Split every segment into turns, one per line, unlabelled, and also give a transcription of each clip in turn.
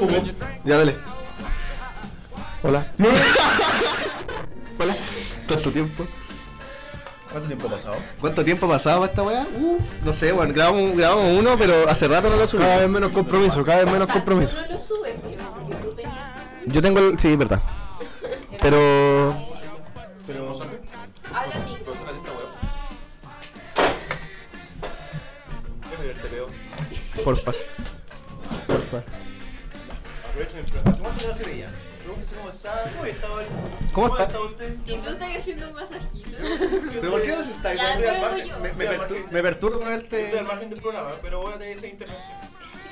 ¿Cómo? Ya dale.
Hola.
Hola. Tanto tiempo.
¿Cuánto tiempo ha pasado?
¿Cuánto tiempo ha pasado para esta weá? Uh, no sé, bueno, grabamos, grabamos uno, pero hace rato no lo subimos.
Cada vez menos compromiso, cada vez menos
sea,
compromiso.
tú no lo subes, pero porque tú tenías.
Yo tengo el. Sí, verdad. Pero.
Pero
Habla al micro.
Porfa. Porfa.
¿Hace cuánto no se veía? Pregúntese cómo está. ¿Cómo ha estado hoy?
¿Cómo
ha
está?
estado usted?
Y tú estás haciendo un masajito.
¿Pero por qué no sentáis?
Ya,
Estoy al
luego
margen.
yo.
Me, me pertur- me perturba
Estoy
verte.
al margen del programa, pero voy a tener esa intervención.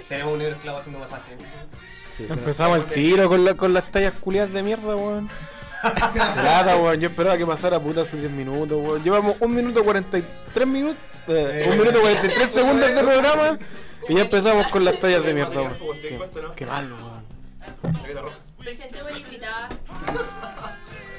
Tenemos un negro esclavo haciendo masaje.
Sí, pero-
Empezamos el tiro con, la- con las tallas culiadas de mierda, weón. Lata, weón. Yo esperaba que pasara puta sus 10 minutos, weón. Llevamos 1 minuto 43 minutos. eh, 1 minuto 43 segundos de programa. Y ya empezamos con las tallas de mierda, weón. Qué, qué malo, weón.
Chaqueta roja.
Presentemos la invitada.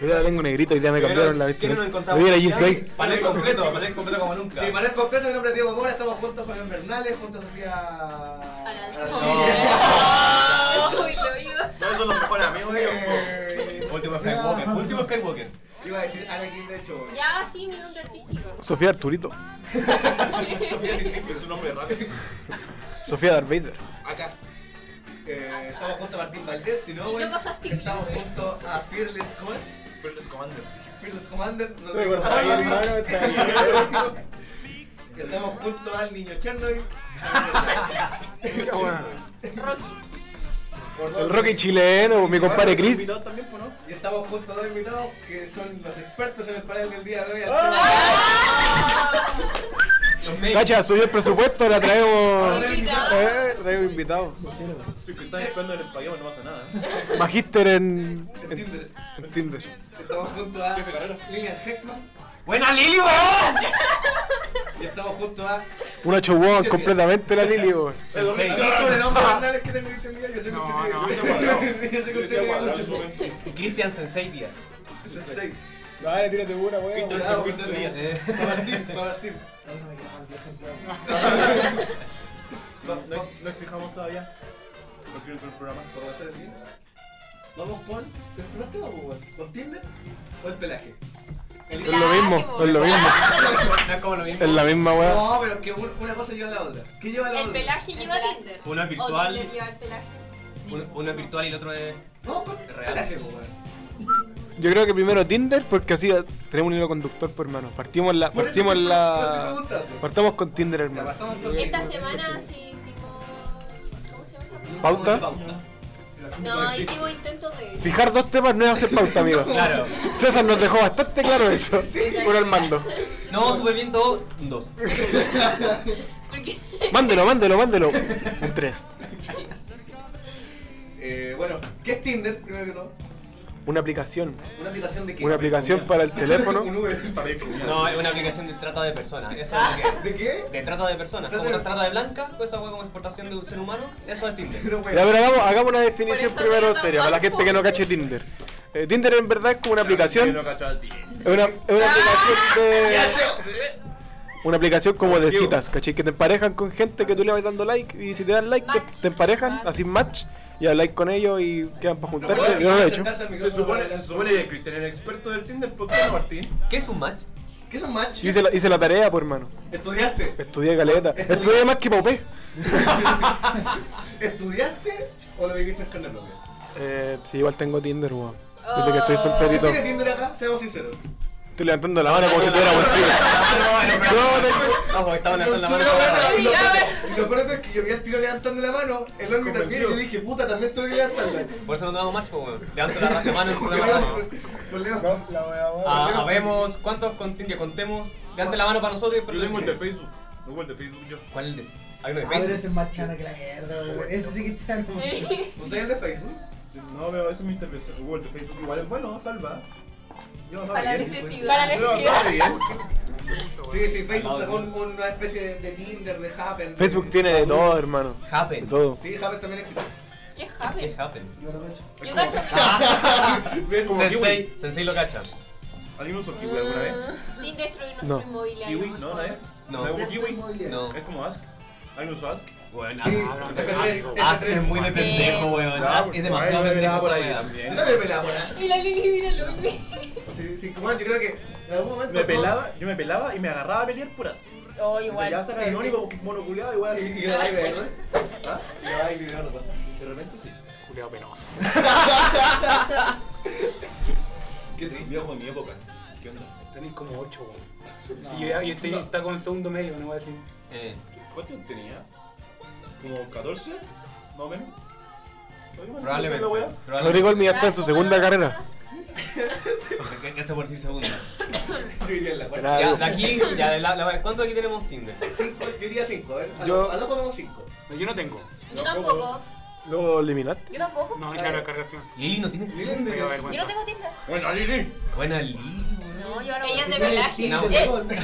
Yo ya tengo negrito y ya me cambiaron la vestimenta.
encontramos.
Hoy era jeans gay.
Panel completo, panel completo como nunca.
Sí, panel completo, mi nombre es Diego Mora, estamos juntos con León Bernales, junto a Sofía...
Hola. Uy, lo iba.
No son los mejores amigos de ellos.
Último Skywalker, último Skywalker.
Iba a decir Anakin, de hecho.
Ya, sí, mi nombre artístico.
Sofía Arturito.
po. Es un hombre rápido.
Sofía Darth Vader.
Acá. Eh, estamos junto a Martín Valdés, de nuevo.
Y no pasaste
Estamos
bien.
junto a Fearless, ¿cómo es?
Fearless Commander.
Fearless Commander. Ah, No
Te
sé
cortáis,
cómo es,
hermano, está
amigo. Estamos junto al niño Chernobyl.
Rocky.
El Rocky chileno, mi compadre Chris.
Invitados también, po, ¿no?
pues, Y estamos junto a dos invitados que son los expertos en el panel del día de hoy. ¡Ah!
Los medios.
Cacha, subió el presupuesto, la traemos.
Invitados.
Eh, traemos invitados.
Sí, que están esperando el espagueti, no pasa nada.
Magíster en,
En
en,
Tinder.
en Tinder.
Estamos junto a
Jefe Carrera.
Lilian Heckman.
¡Buena Lili, weón!
Y estamos junto a.
Una chowón completamente la Lili, weón.
Se lo
Sensei.
Yo sobre el nombre de Bernales que tengo dicho el día, yo sé que usted
No,
tiene-
no, no.
Yo sé que usted tiene mucho.
Cristian Sensei Díaz.
Sensei.
Dale, tírate una, weón.
Cuidado, cuidado.
Eh.
Pa' Martín, pa' Martín.
No, no, no exijamos todavía. Porque el programa.
¿Puedo hacer el mío? Vamos con. ¿Te esperaste o weón? ¿Con Tinder o el pelaje?
Es lo mismo, es lo mismo.
No es como lo mismo.
Es la misma weón.
No, pero es que un- una cosa lleva a la otra. ¿Qué lleva a la
El
otra?
pelaje lleva Tinder.
Una virtual.
O Tinder lleva el pelaje.
Uno, uno es virtual y el otro es.
Vamos con el
Real.
pelaje, po, weón.
Yo creo que primero Tinder, porque así tenemos un hilo conductor, por hermano. Partimos la.
Por eso
Partimos
te-
la.
por eso te preguntaba, po.
Partamos con Tinder,
pues. Ya,
hermano.
bastamos con-
Esta semana sí hicimos. ¿Cómo se llama esa película?
Pauta.
No, hicimos intentos de.
Fijar dos temas no es hacer pauta, amigo.
Claro.
César nos dejó bastante claro eso. Por el mando.
No, súper bien todo. Un dos.
Porque
Mándelo, mándelo, mándelo. Un tres.
Eh, bueno, ¿qué es Tinder? Primero que todo.
Una aplicación.
¿Una aplicación de qué?
Una aplicación para el
Un
teléfono.
Uber.
No, es una aplicación de trata de personas. Eso es lo que
¿De qué?
es. De trata de personas. Como te trata de blancas, pues esa hueá como exportación de un ser humano. Eso es Tinder.
Pero, weón,
Ya, pero hagamos, hagamos una
Por
definición
eso
primero
tenía tan
seria para la
mal
gente que no
fondo.
cache Tinder. Eh, Tinder en verdad es como una
Yo no
aplicación.
cachaba a ti.
Es una, es una aplicación de. Una aplicación como de citas, ¿cachai? Que te emparejan con gente que tú le vas dando like y si te dan like te,
Match.
te emparejan, así match, y habláis con ellos y quedan para juntarse. Yo no lo he hecho.
Acercarse al
Se
micrófono
supone,
para
se
hablar.
supone que Cristian era experto del Tinder, ¿por qué no Martín?
¿Qué es un match?
¿Qué es un match?
Yo hice la, hice la tarea, por hermano.
¿Estudiaste?
Estudié caleta. Estudié más que Popé.
¿Estudiaste o lo viviste en carne propia?
Eh, sí, igual tengo Tinder, weón. Desde que estoy solterito.
¿Quién tiene Tinder acá? Seamos sinceros.
Estoy levantando la mano como si tuviera cuestión.
No, porque estaba
Son
lanzando la
súper
mano.
buenas.
para
Y lo
abajo.
peor- y lo peor es que yo vi al tiro levantando la mano, el hombre también, y
Convencido.
yo dije, puta, también estoy levantando.
Por eso no te hago match, pues, weón. Levanto la raja mano y pongo la mano.
Problemas.
Ah, habemos cuántos con Tinder contemos. Levante la mano para nosotros y
Yo
después
tengo el de
lo
Facebook. No hubo el de Facebook yo.
¿Cuál es el de? Hay uno de
Ah, pero
Facebook.
ese es más chano que la mierda, weón. Ese sí que es chano.
¿Ustedes el de Facebook?
Sí, No, pero esa es mi intervención. Hubo el de Facebook igual es bueno, salva. Yo no
Para la
bien. pues.
necesidad. Para la
Yo andaba bien.
Sí, sí, Facebook sacó un- una especie de, de Tinder, de Happen. de-
Facebook tiene de todo, hermano. De
Happen.
todo.
Sí, Happen también existe.
¿Qué es
¿Qué es
Happen?
Happen?
Yo lo cacho.
Yo cacho
Ven,
Como
Sensei,
kiwi.
Sensei lo cacha.
¿Alguien usó
que.
kiwi alguna vez?
Mm, Sin destruir
No.
nuestro inmobiliario.
¿Kiwi?
por
No, ¿eh?
favor.
nadie.
No.
¿No hubo kiwi?
No.
Es como Ask. ¿Alguien usó Ask?
Weón,
Sí.
ah,
As Ah, es muy de
Sí.
pendejo, weón.
Ya,
As es demasiado
Ay, me
pendejo
pegaba por
esa
pues, ahí
weá. Eh,
Yo
también.
también pelaba por así.
Y la Lili, mira lo mismo.
Sí, sí, como yo creo que en algún momento.
Me
todo-
pelaba, yo me pelaba y me agarraba a pelear puras.
Oh,
Me peleaba
igual.
saca el anónimo monoculeado y weón
Y y
así.
grababa y video, ¿no?
¿Ah?
Grababa y video, ¿no?
De repente sí.
Culeado penoso.
Qué triste.
Viejo en mi época. ¿Qué onda?
Tenéis como 8, weón.
No.
Si yo, yo estoy, está con segundo medio, no voy a decir.
Eh,
¿Cuánto tenía? ¿Como 14? Más o menos. Oye, ¿me
probablemente.
la weá?
probablemente.
Rodrigo Olmi ya está en su segunda carrera.
¿Qué- qué está por decir segunda?
Yo iría en la cuarta.
Ya,
Claro.
de aquí, ya, de la, la- ¿cuánto aquí tenemos Tinder?
Cinco, yo iría cinco, a ver. al-
Yo-
Al ojo tengo cinco.
No, yo no tengo.
Yo tampoco.
¿Lo eliminaste?
Yo tampoco.
No, ni siquiera lo descargué al final.
Lili, ¿no tienes Tinder?
Me dio
Yo no
vergüenza.
tengo Tinder.
Buena Lili.
Buena Lili, weón.
No, yo ahora
Ella es de
voy.
pelaje.
No.
Eh, yo voy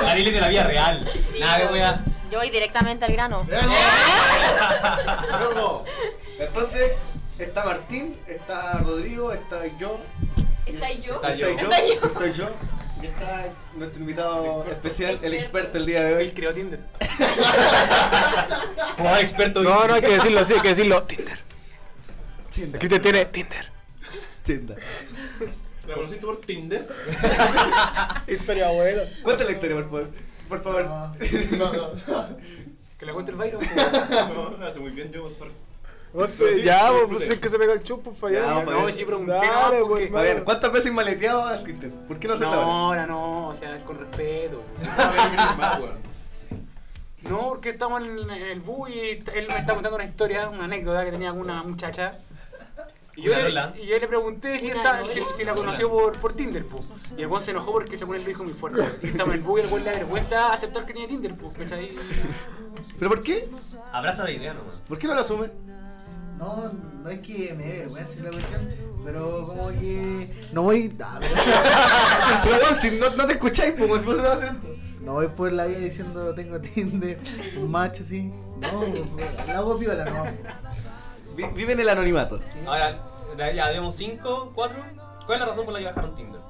a-
La Lili de la vida real.
Sí,
Nada, de
weón.
weá.
Yo voy directamente al grano.
Luego, entonces, está Martín, está Rodrigo, está yo,
Está yo.
Está yo.
estoy yo,
Está yo.
estoy yo, y está nuestro invitado especial, el experto el día de
Él
hoy.
creó Tinder.
Jugador experto.
No, no, hay que decirlo así, hay que decirlo. Tinder. Cristian tiene Tinder.
¿La conociste por Tinder?
Historia abuela.
Cuéntale la historia, por favor. Por favor.
No.
No, no.
Que la cuente el Byron. po.
No, me hace muy bien yo, sorry. Sí,
ya,
sí,
vos,
sí,
pues
sí.
es que se pega el chupo,
Ya,
fallado.
pa' ver.
No, sí pregunté.
Dale,
no,
güey,
porque-
A ver, ¿cuántas veces maleteado al Cristian? ¿Por qué no se
No,
la hora?
ahora no, o sea, con respeto. güey.
No, voy a venir más, weón.
No, porque estamos en el bus y él me está contando una historia, una anécdota que tenía con una muchacha. Y yo,
Una
le,
Lola.
y yo le pregunté si,
Una
esta-
Lola.
si, si la conoció por, por Tinder, po. Y el buen se enojó porque se pone el hijo muy fuerte. Y estaba en el bus y el buen le da vergüenza aceptar que tiene Tinder, po, ¿cachai?
¿Pero por qué?
Abraza la idea nomás.
¿Por qué no lo asume?
No, no es que me dé vergüenza la cuestión, pero como que no voy, ah,
Pero bueno, si no, no te escucháis, pues como si fuese hacer
no voy por la vida diciendo tengo Tinder, macho así. No, la hago piola, no.
Vi- Vive en el anonimato.
Ahora, ya vemos 5, 4. ¿Cuál es la razón por la que bajaron Tinder?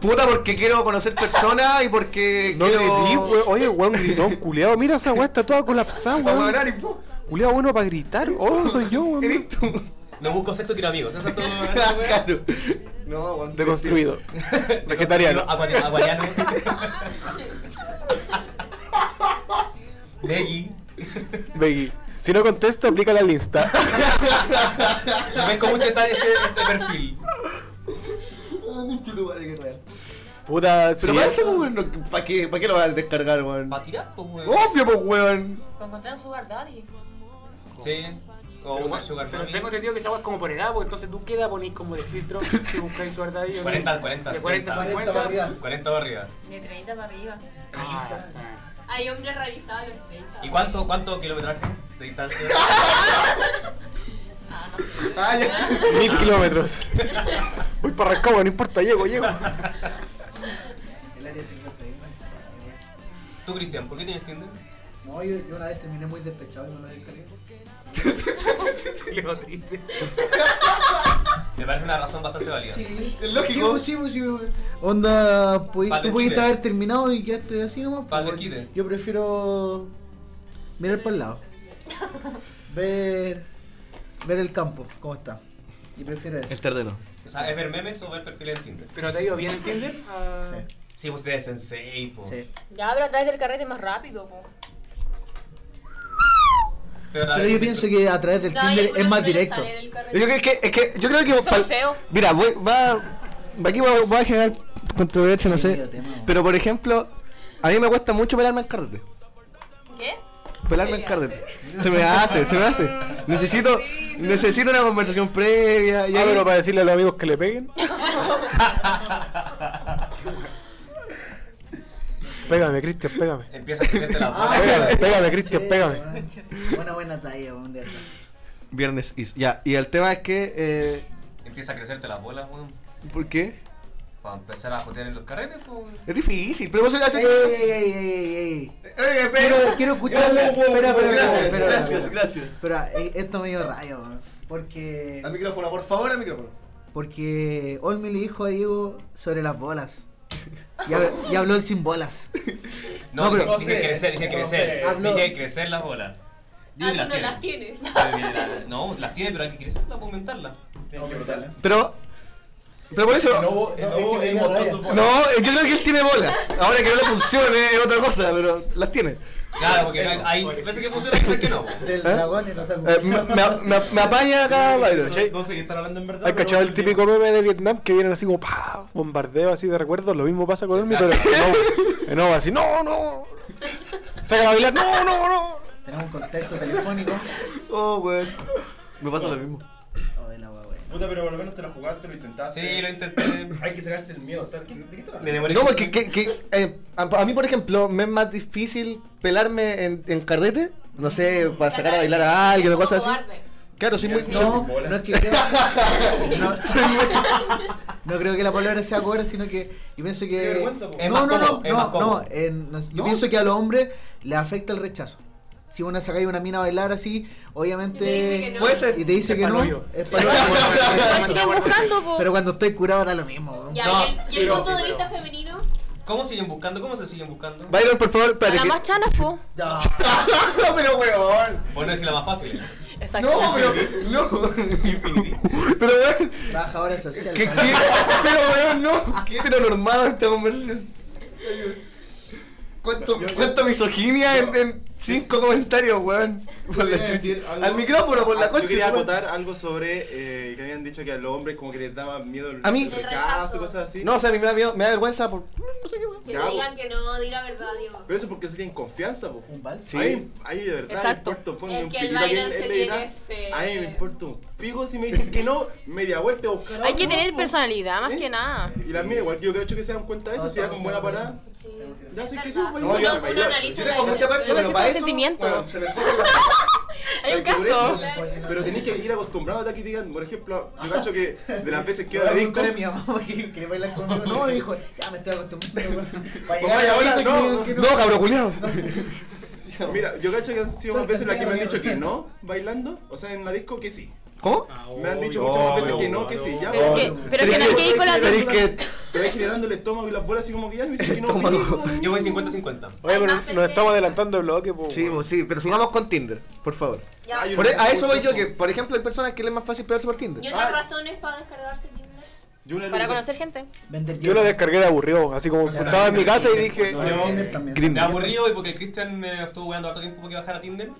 Puta, porque quiero conocer personas y porque
No le
quiero...
di, güey. Oye, weón, gritón, culeado. Mira esa weá, está toda colapsada,
Vamos a
weón.
ganar y po.
Culeado bueno para gritar. Oh, soy yo, weón.
Eres tú.
No busco sexo, quiero amigos. Eso es todo.
Ah, claro. No, weón.
Deconstruido. Vegetariano.
Aguariano. Aguariano. Veggie.
Veggie. Si no contesto, aplícala al Insta.
¿Ves cómo está este, este perfil?
Ah, pinche tu madre, qué real.
Puta,
Pero
sí.
para eso, weón, ¿para qué, pa' qué lo vas a descargar, weón?
¿Para tirar? Pues, weón.
¡Oh!
Obvio, pues, weón.
Lo encontré en Sugar Daddy.
Sí. O una sugar
Pero
mami.
tengo entendido que esa agua es como por edad, pues entonces tú queda ponéis como de filtro si buscáis su verdad ahí.
40, 40,
De 40 a
40 para
50.
arriba.
40 para arriba.
De 30 para arriba.
Ah, o sea,
Hay hombres realizados a los 30.
¿Y cuánto, cuánto kilometraje de distancia?
Ah, no sé.
Ah, ya.
Mil kilómetros. Voy para Rancagua, no importa, llego, llego.
Ah,
El área 51.
Tú, Cristian, ¿por qué tienes Tinder?
No, yo, yo una vez terminé muy despechado y me lo descargué.
Leo triste.
Me parece una razón bastante válida.
Sí.
Es lógico.
Sí, pues, sí, pues. Onda, pudi-
Pa'l
tú pudiste
desquite.
haber terminado y quedaste así nomás.
Pa'l
pues,
desquite.
Yo prefiero mirar para el lado. Ver, ver el campo, cómo está. Y prefiero eso.
tardeno.
O sea, ¿es ver memes o ver perfiles en Tinder?
¿Pero te ha ido bien en Tinder? Ah,
Sí.
Sí, pues, ustedes pues. sensei, po.
Sí.
Ya, pero atrás del carrete más rápido, po.
Pero yo pienso que a través del
No, hay
Tinder es
algunos
más
que no les
directo.
sale del carrete.
Yo creo que, es que, yo creo que
Son feos.
mira, voy- va, aquí va, va a generar controversia, no
Qué
sé.
medio tema, weón.
Pero por ejemplo, a mí me cuesta mucho pelarme el carrete.
¿Qué? Ah,
Pelarme el carrete. Se me hace, se me hace. Necesito, necesito una conversación previa. Y
Ah, pero
para decirle a los amigos que le peguen. pégame, Cristian, pégame.
Empieza a crecer la
Ah,
Pégame, pégame, Cristian,
che,
pégame.
weón. Buena, buena talla, weón, de verdad.
Viernes is. Ya, y el tema es que. Eh,
Empieza a crecerte las bolas, weón.
¿Por qué?
Para empezar a jotear en los carretes, po. weón.
Es difícil, pero vos se le hace.
Ey, ey, ey, ey, ey.
Oye,
Quiero, quiero escucharla.
Gracias,
Espera, espera, espera,
gracias,
espera,
gracias,
espera.
gracias.
Pero eh, esto me dio rayo, weón, porque...
Al micrófono, por favor, al micrófono.
Porque Olmi le dijo a Diego sobre las bolas. Y, hab- y habló él sin bolas.
No,
No,
dije-
pero-
dije, crecer, dije
No
crecer.
sé.
Habló-
Dije crecer las bolas.
Ah,
Dije
tú
las
no
tiene.
las tienes.
No, las tiene, pero hay que crecerlas para aumentarlas.
Tienes que brotarla.
Pero. Pero por eso.
El lobo, el
No, es
lobo
que me
él
dio
mostró
rabia.
su bola.
No, yo creo que él tiene bolas. Ahora que no le funcione es otra cosa, pero las tiene.
Claro, porque
Eso,
hay
pobrecito.
veces que funciona y veces que no.
Del
¿Eh?
dragón y no está
Eh, me, me- me- me apaña acá, Byron.
No sé- No sé qué están hablando en verdad.
¿Has
pero
cachado el
yo-
típico meme de Vietnam que vienen así como pa, bombardeo así de recuerdos? Lo mismo pasa con Olmi, pero en OVA. En OVA, así, no, no. Saca a bailar, no, no, no.
Tenemos un contacto telefónico.
Oh, weón. Me pasa lo mismo.
Oh, la wea, wea.
Puta, pero por lo menos te lo jugaste, lo intentaste.
Sí, lo intenté.
Hay que sacarse el miedo. tal. ¿Qué- ¿De qué te
Me
hablas?
demoré
No, porque que, que, eh, a, a mí, por ejemplo, me es más difícil pelarme en, en carrete, no sé, para sacar a bailar a alguien o cosas así. Claro, soy muy...
Sí,
No,
sin bola.
no es que crea- no, no creo que la palabra sea cobra, sino que yo pienso que.
Qué vergüenza, po.
Es
no,
más
no, no,
cómodo, es más
no,
cómodo.
no, en- no, Yo
¿No?
pienso que a los hombres les afecta el rechazo. Si una saca y una mina a bailar
Y
así,
te dice que
obviamente.
no.
Puede ser.
Y te dice
Es
que no.
palollo.
Es
Sí.
palollo.
Pero sigue buscando, po.
Pero cuando estoy curado da lo mismo. weón.
Ya,
No,
y el, y el
pero-
punto de
pero-
vista femenino.
¿Cómo siguen buscando? ¿Cómo se siguen buscando?
Byron, por favor,
A
espérate.
la
que-
más chana, po.
Ya.
No, pero weón.
Bueno, es la más fácil.
Exacto.
No, pero... No. pero weón...
Trabajadora social.
¿Qué, qué?
palollo.
Pero weón, no. Qué heteronormada esta conversación. ¿Cuánto, cuánto misoginia en, en cinco comentarios, weón? Por la
Yo quería
chucha.
decir algo-
Al micrófono, por la
Ah, Yo
concha.
quería
de tu madre.
acotar algo sobre eh, que habían dicho que a los hombres como que les daba miedo el
A mí-
el
El
rechazo,
rechazo.
cosas así.
No, o sea, a mí me da, miedo- me da vergüenza por... No sé qué, weón.
Que
Ya,
te
po.
digan que no, di la verdad, Diego.
Pero eso es porque se tienen confianza, po.
Un vals.
Sí.
Ahí, ahí de verdad,
Exacto.
me importa, ponme
Es
un
que el
piquito aquí
Byron
en-
se
en Leirán.
tiene fe.
A mí me importa un pico si me dicen que no, media vuelta a buscar a
Hay que
otro,
tener
po.
personalidad, más
¿Eh?
que nada.
Y las mira, igual yo creo que se dan cuenta Ah, de eso,
No,
si dan con
estamos
buena
en la
parada.
Sí.
Ya
Es
sé que pues, eso
verdad.
es
No, yo-
Uno- uno analiza
Yo
la
tengo mucha
vida.
perso, pero
Yo
para
tengo
eso,
sentimiento.
weón, se me pone la-
Hay un
Porque por eso-
caso.
pues,
Pero tenéis que ir acostumbrado a que te digan, por ejemplo, yo cacho que de las veces que
Yo
yo la
le
disco,
pregunté a mi mamá que que bailar conmigo. No, dijo, ya me estoy acostumbrando. weón. Para
Papá, ya
llegar a la
baila,
disco
no,
que- que
No, cabrón, culiao.
Mira, yo cacho que han sido más
Suelta
veces
el
las que me han
dedo,
dicho que
amigo.
no bailando, o sea, en la disco que sí.
¿Cómo?
Ah,
Me han dicho muchas más veces que no, que sí, ya.
Pero
pues.
que- pero que no hay que ir con la-
Tenés que...
Te vas generando el estómago y las bolas así como que ya me dicen que pues. no.
Estómago.
pico.
Yo voy 50-50.
Oye, pero
Hay más
nos estamos
PC.
adelantando de bloque, po, Sí, weón. pues, sí, pero sigamos con Tinder, por favor.
Ya.
Ay,
Por e- a eso voy yo, Ah. que por ejemplo hay personas que les es más fácil pegarse por
¿Y
Tinder.
otras
Ay.
razones para descargarse Tinder?
Yo una
Para
vez-
conocer gente.
Vender
Yo lo descargué de aburrido, así como
sea,
estaba en mi casa y dije...
No, yo- Tinder también.
Me
Grindr.
aburrido y porque el Cristian me estuvo weando harto tiempo que bajara Tinder.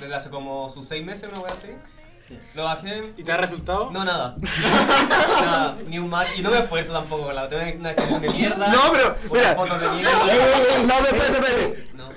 Desde hace como sus 6 meses, una wea así. Lo bajé.
¿Y te da resultado?
No, nada. nada. Ni un match. Y no me esfuerzo tampoco con la. Tengo una canción de mierda.
No, pero,
una
mira.
foto de
Eh,
mierda.
eh, eh, No, espérate, espérate.
No.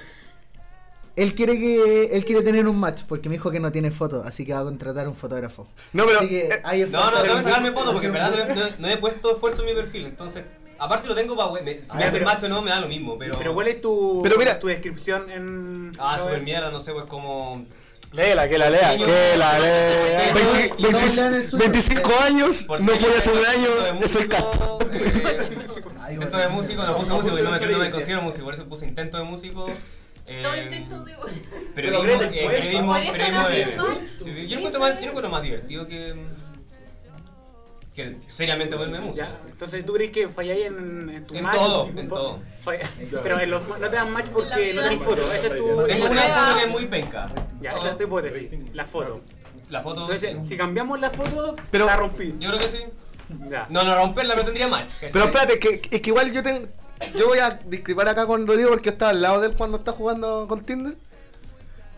Él quiere que él quiere tener un match porque me dijo que no tiene foto, así que va a contratar un fotógrafo.
No, pero...
así que
eh,
hay
No, no,
esfuerzo.
tengo que sacarme fotos porque en verdad no he, no he- no he puesto esfuerzo en mi perfil. Entonces, aparte lo tengo para. Me, si
Ah,
me hacen
pero-
macho o no, me da lo mismo. Pero.
Pero ¿cuál es tu,
Pero mira-
tu descripción en...
Ah,
no,
eh.
super
en-
mierda, no sé, pues como.
Léela, que la lea,
Niño.
que la lea.
Niño.
Veinti-
Niño.
veintis-
Niño. Niño.
25 años,
por
no fue
tele,
hace un año,
intento de
soy cat.
músico, eh,
Ay,
Intento de
bueno.
músico, no puse músico, y no me, no me considero músico, por eso puse intento de músico. eh,
Em,
Todo intento de.
Periodismo,
Pero
eh,
después,
periodismo,
por eso
periodismo
no
de-
hacía match.
Yo lo encuentro más, yo lo encuentro más divertido que. que seriamente volverme músico.
Ya, entonces tú crees que falláis en, en tu
En
match.
todo, en todo.
Falla- Pero en los, no te dan match
En la
porque no
vida.
tenés foto. Esa es tu...
Tengo una
prueba-
foto que es muy penca. Oh,
Ya, esa es tu hipótesis. La foto.
La foto.
Entonces, si cambiamos la foto,
Pero-
la rompí.
Yo creo que sí.
Ya.
No, no, romperla, pero tendría match. ¿cachai?
Pero espérate, que, es que igual yo tengo... Yo voy a discrepar acá con Rodrigo porque yo estaba al lado de él cuando está jugando con Tinder.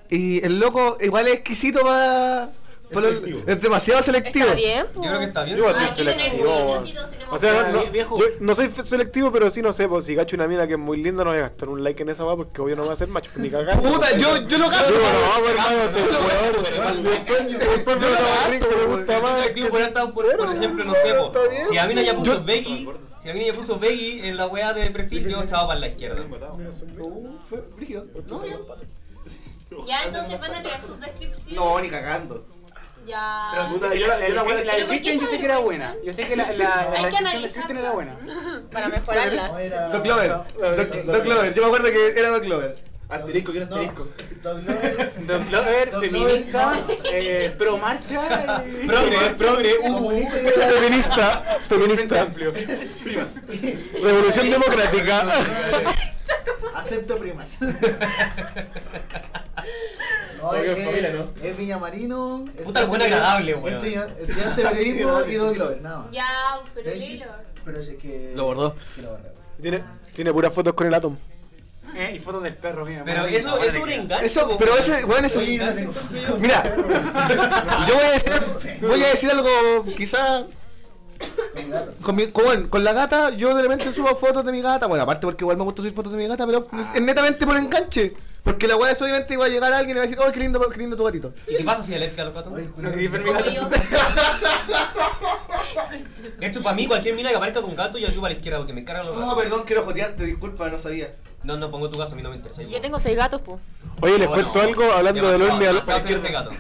Y el loco igual es exquisito para...
Es
para-
selectivo.
es demasiado selectivo.
Está bien, po.
Yo creo que está bien.
Yo voy a
Hay
ser
que tener
selectivo.
cuidado,
weón.
Ah, sí, todos tenemos
O sea, no,
cuidado.
no-
Viejo.
yo no soy fe- selectivo, pero sí no sé, pues si cacho una mina que es muy linda, no voy a gastar un like en esa va porque obvio no va a hacer macho, pues, ni cagar.
Puta, yo-
no
gasto,
Yo
weón.
no, hermano, te
Yo no gasto,
weón.
pero
Si Después
igual
si después me lo rico, me gusta
Yo soy
más.
selectivo por, alta- por, por ejemplo, no sé, po,
está bien.
si a mina ya puso
Yo-
Veggie, si a mina ya puso Veggie en la weá de perfil, yo estaba para la izquierda.
Uh, fue brígido. No, ya.
Ya, entonces van a leer sus descripciones.
No, ni cagando.
Ya.
Pero puta, yo la, yo la, la,
Pero
del
¿por qué
Christian yo
esa
sé que era
vergüenza?
buena. Yo sé que la, la, la,
Hay que pues.
descripción del
analizarla.
Christian era buena.
Para mejorarlas.
Doc Glover, Doc- Doc Glover, yo me acuerdo que era Doc Glover.
Asterisco, quiero asterisco.
Don Glover,
Don
feminista,
Glover.
eh, pro marcha y...
Progre, progre, uh.
Feminista,
Frente
feminista,
amplio.
revolución democrática.
Acepto primas. no,
Oye, en familia, ¿no?
es Viña Marino.
Puta,
es
el buen agradable, weón.
Estudiante estudiante de periodismo y Don Glover, nada más.
Ya, pero
Ven,
Lilo.
Pero es que.
Lo bordó.
que lo bordó.
Tiene, tiene puras fotos con el Atom.
Eh, y fotos del perro, mira.
Pero
madre,
eso
madre
es un
que-
engaño.
Eso, pero ese, bueno, eso es-
Oye, yo no tengo.
Mira, yo voy a decir, voy a decir algo, quizá
Con gato.
con, mi- con, con la gata, yo de repente subo fotos de mi gata. Bueno, aparte porque igual me gusta subir fotos de mi gata, pero es netamente por enganche. Porque la weá es obviamente va a llegar alguien y va a decir, oh, qué lindo, qué lindo tu gatito.
¿Y qué pasa si alérgica a los gatos?
Oye,
No
Julio,
quería ver mi
Como
gato.
yo.
Esto para mí, cualquier mina que aparezca con gato, yo ayudo a la izquierda porque me cargan los
Ah,
gatos.
perdón, quiero jotearte, disculpa, no sabía.
No, no pongo tu caso, a mí no me interesa.
Yo tengo seis gatos, po.
Oye, les
Ah, Bueno,
cuento algo hablando del
demasiado,
Olmi, al-
demasiado feo ese gato.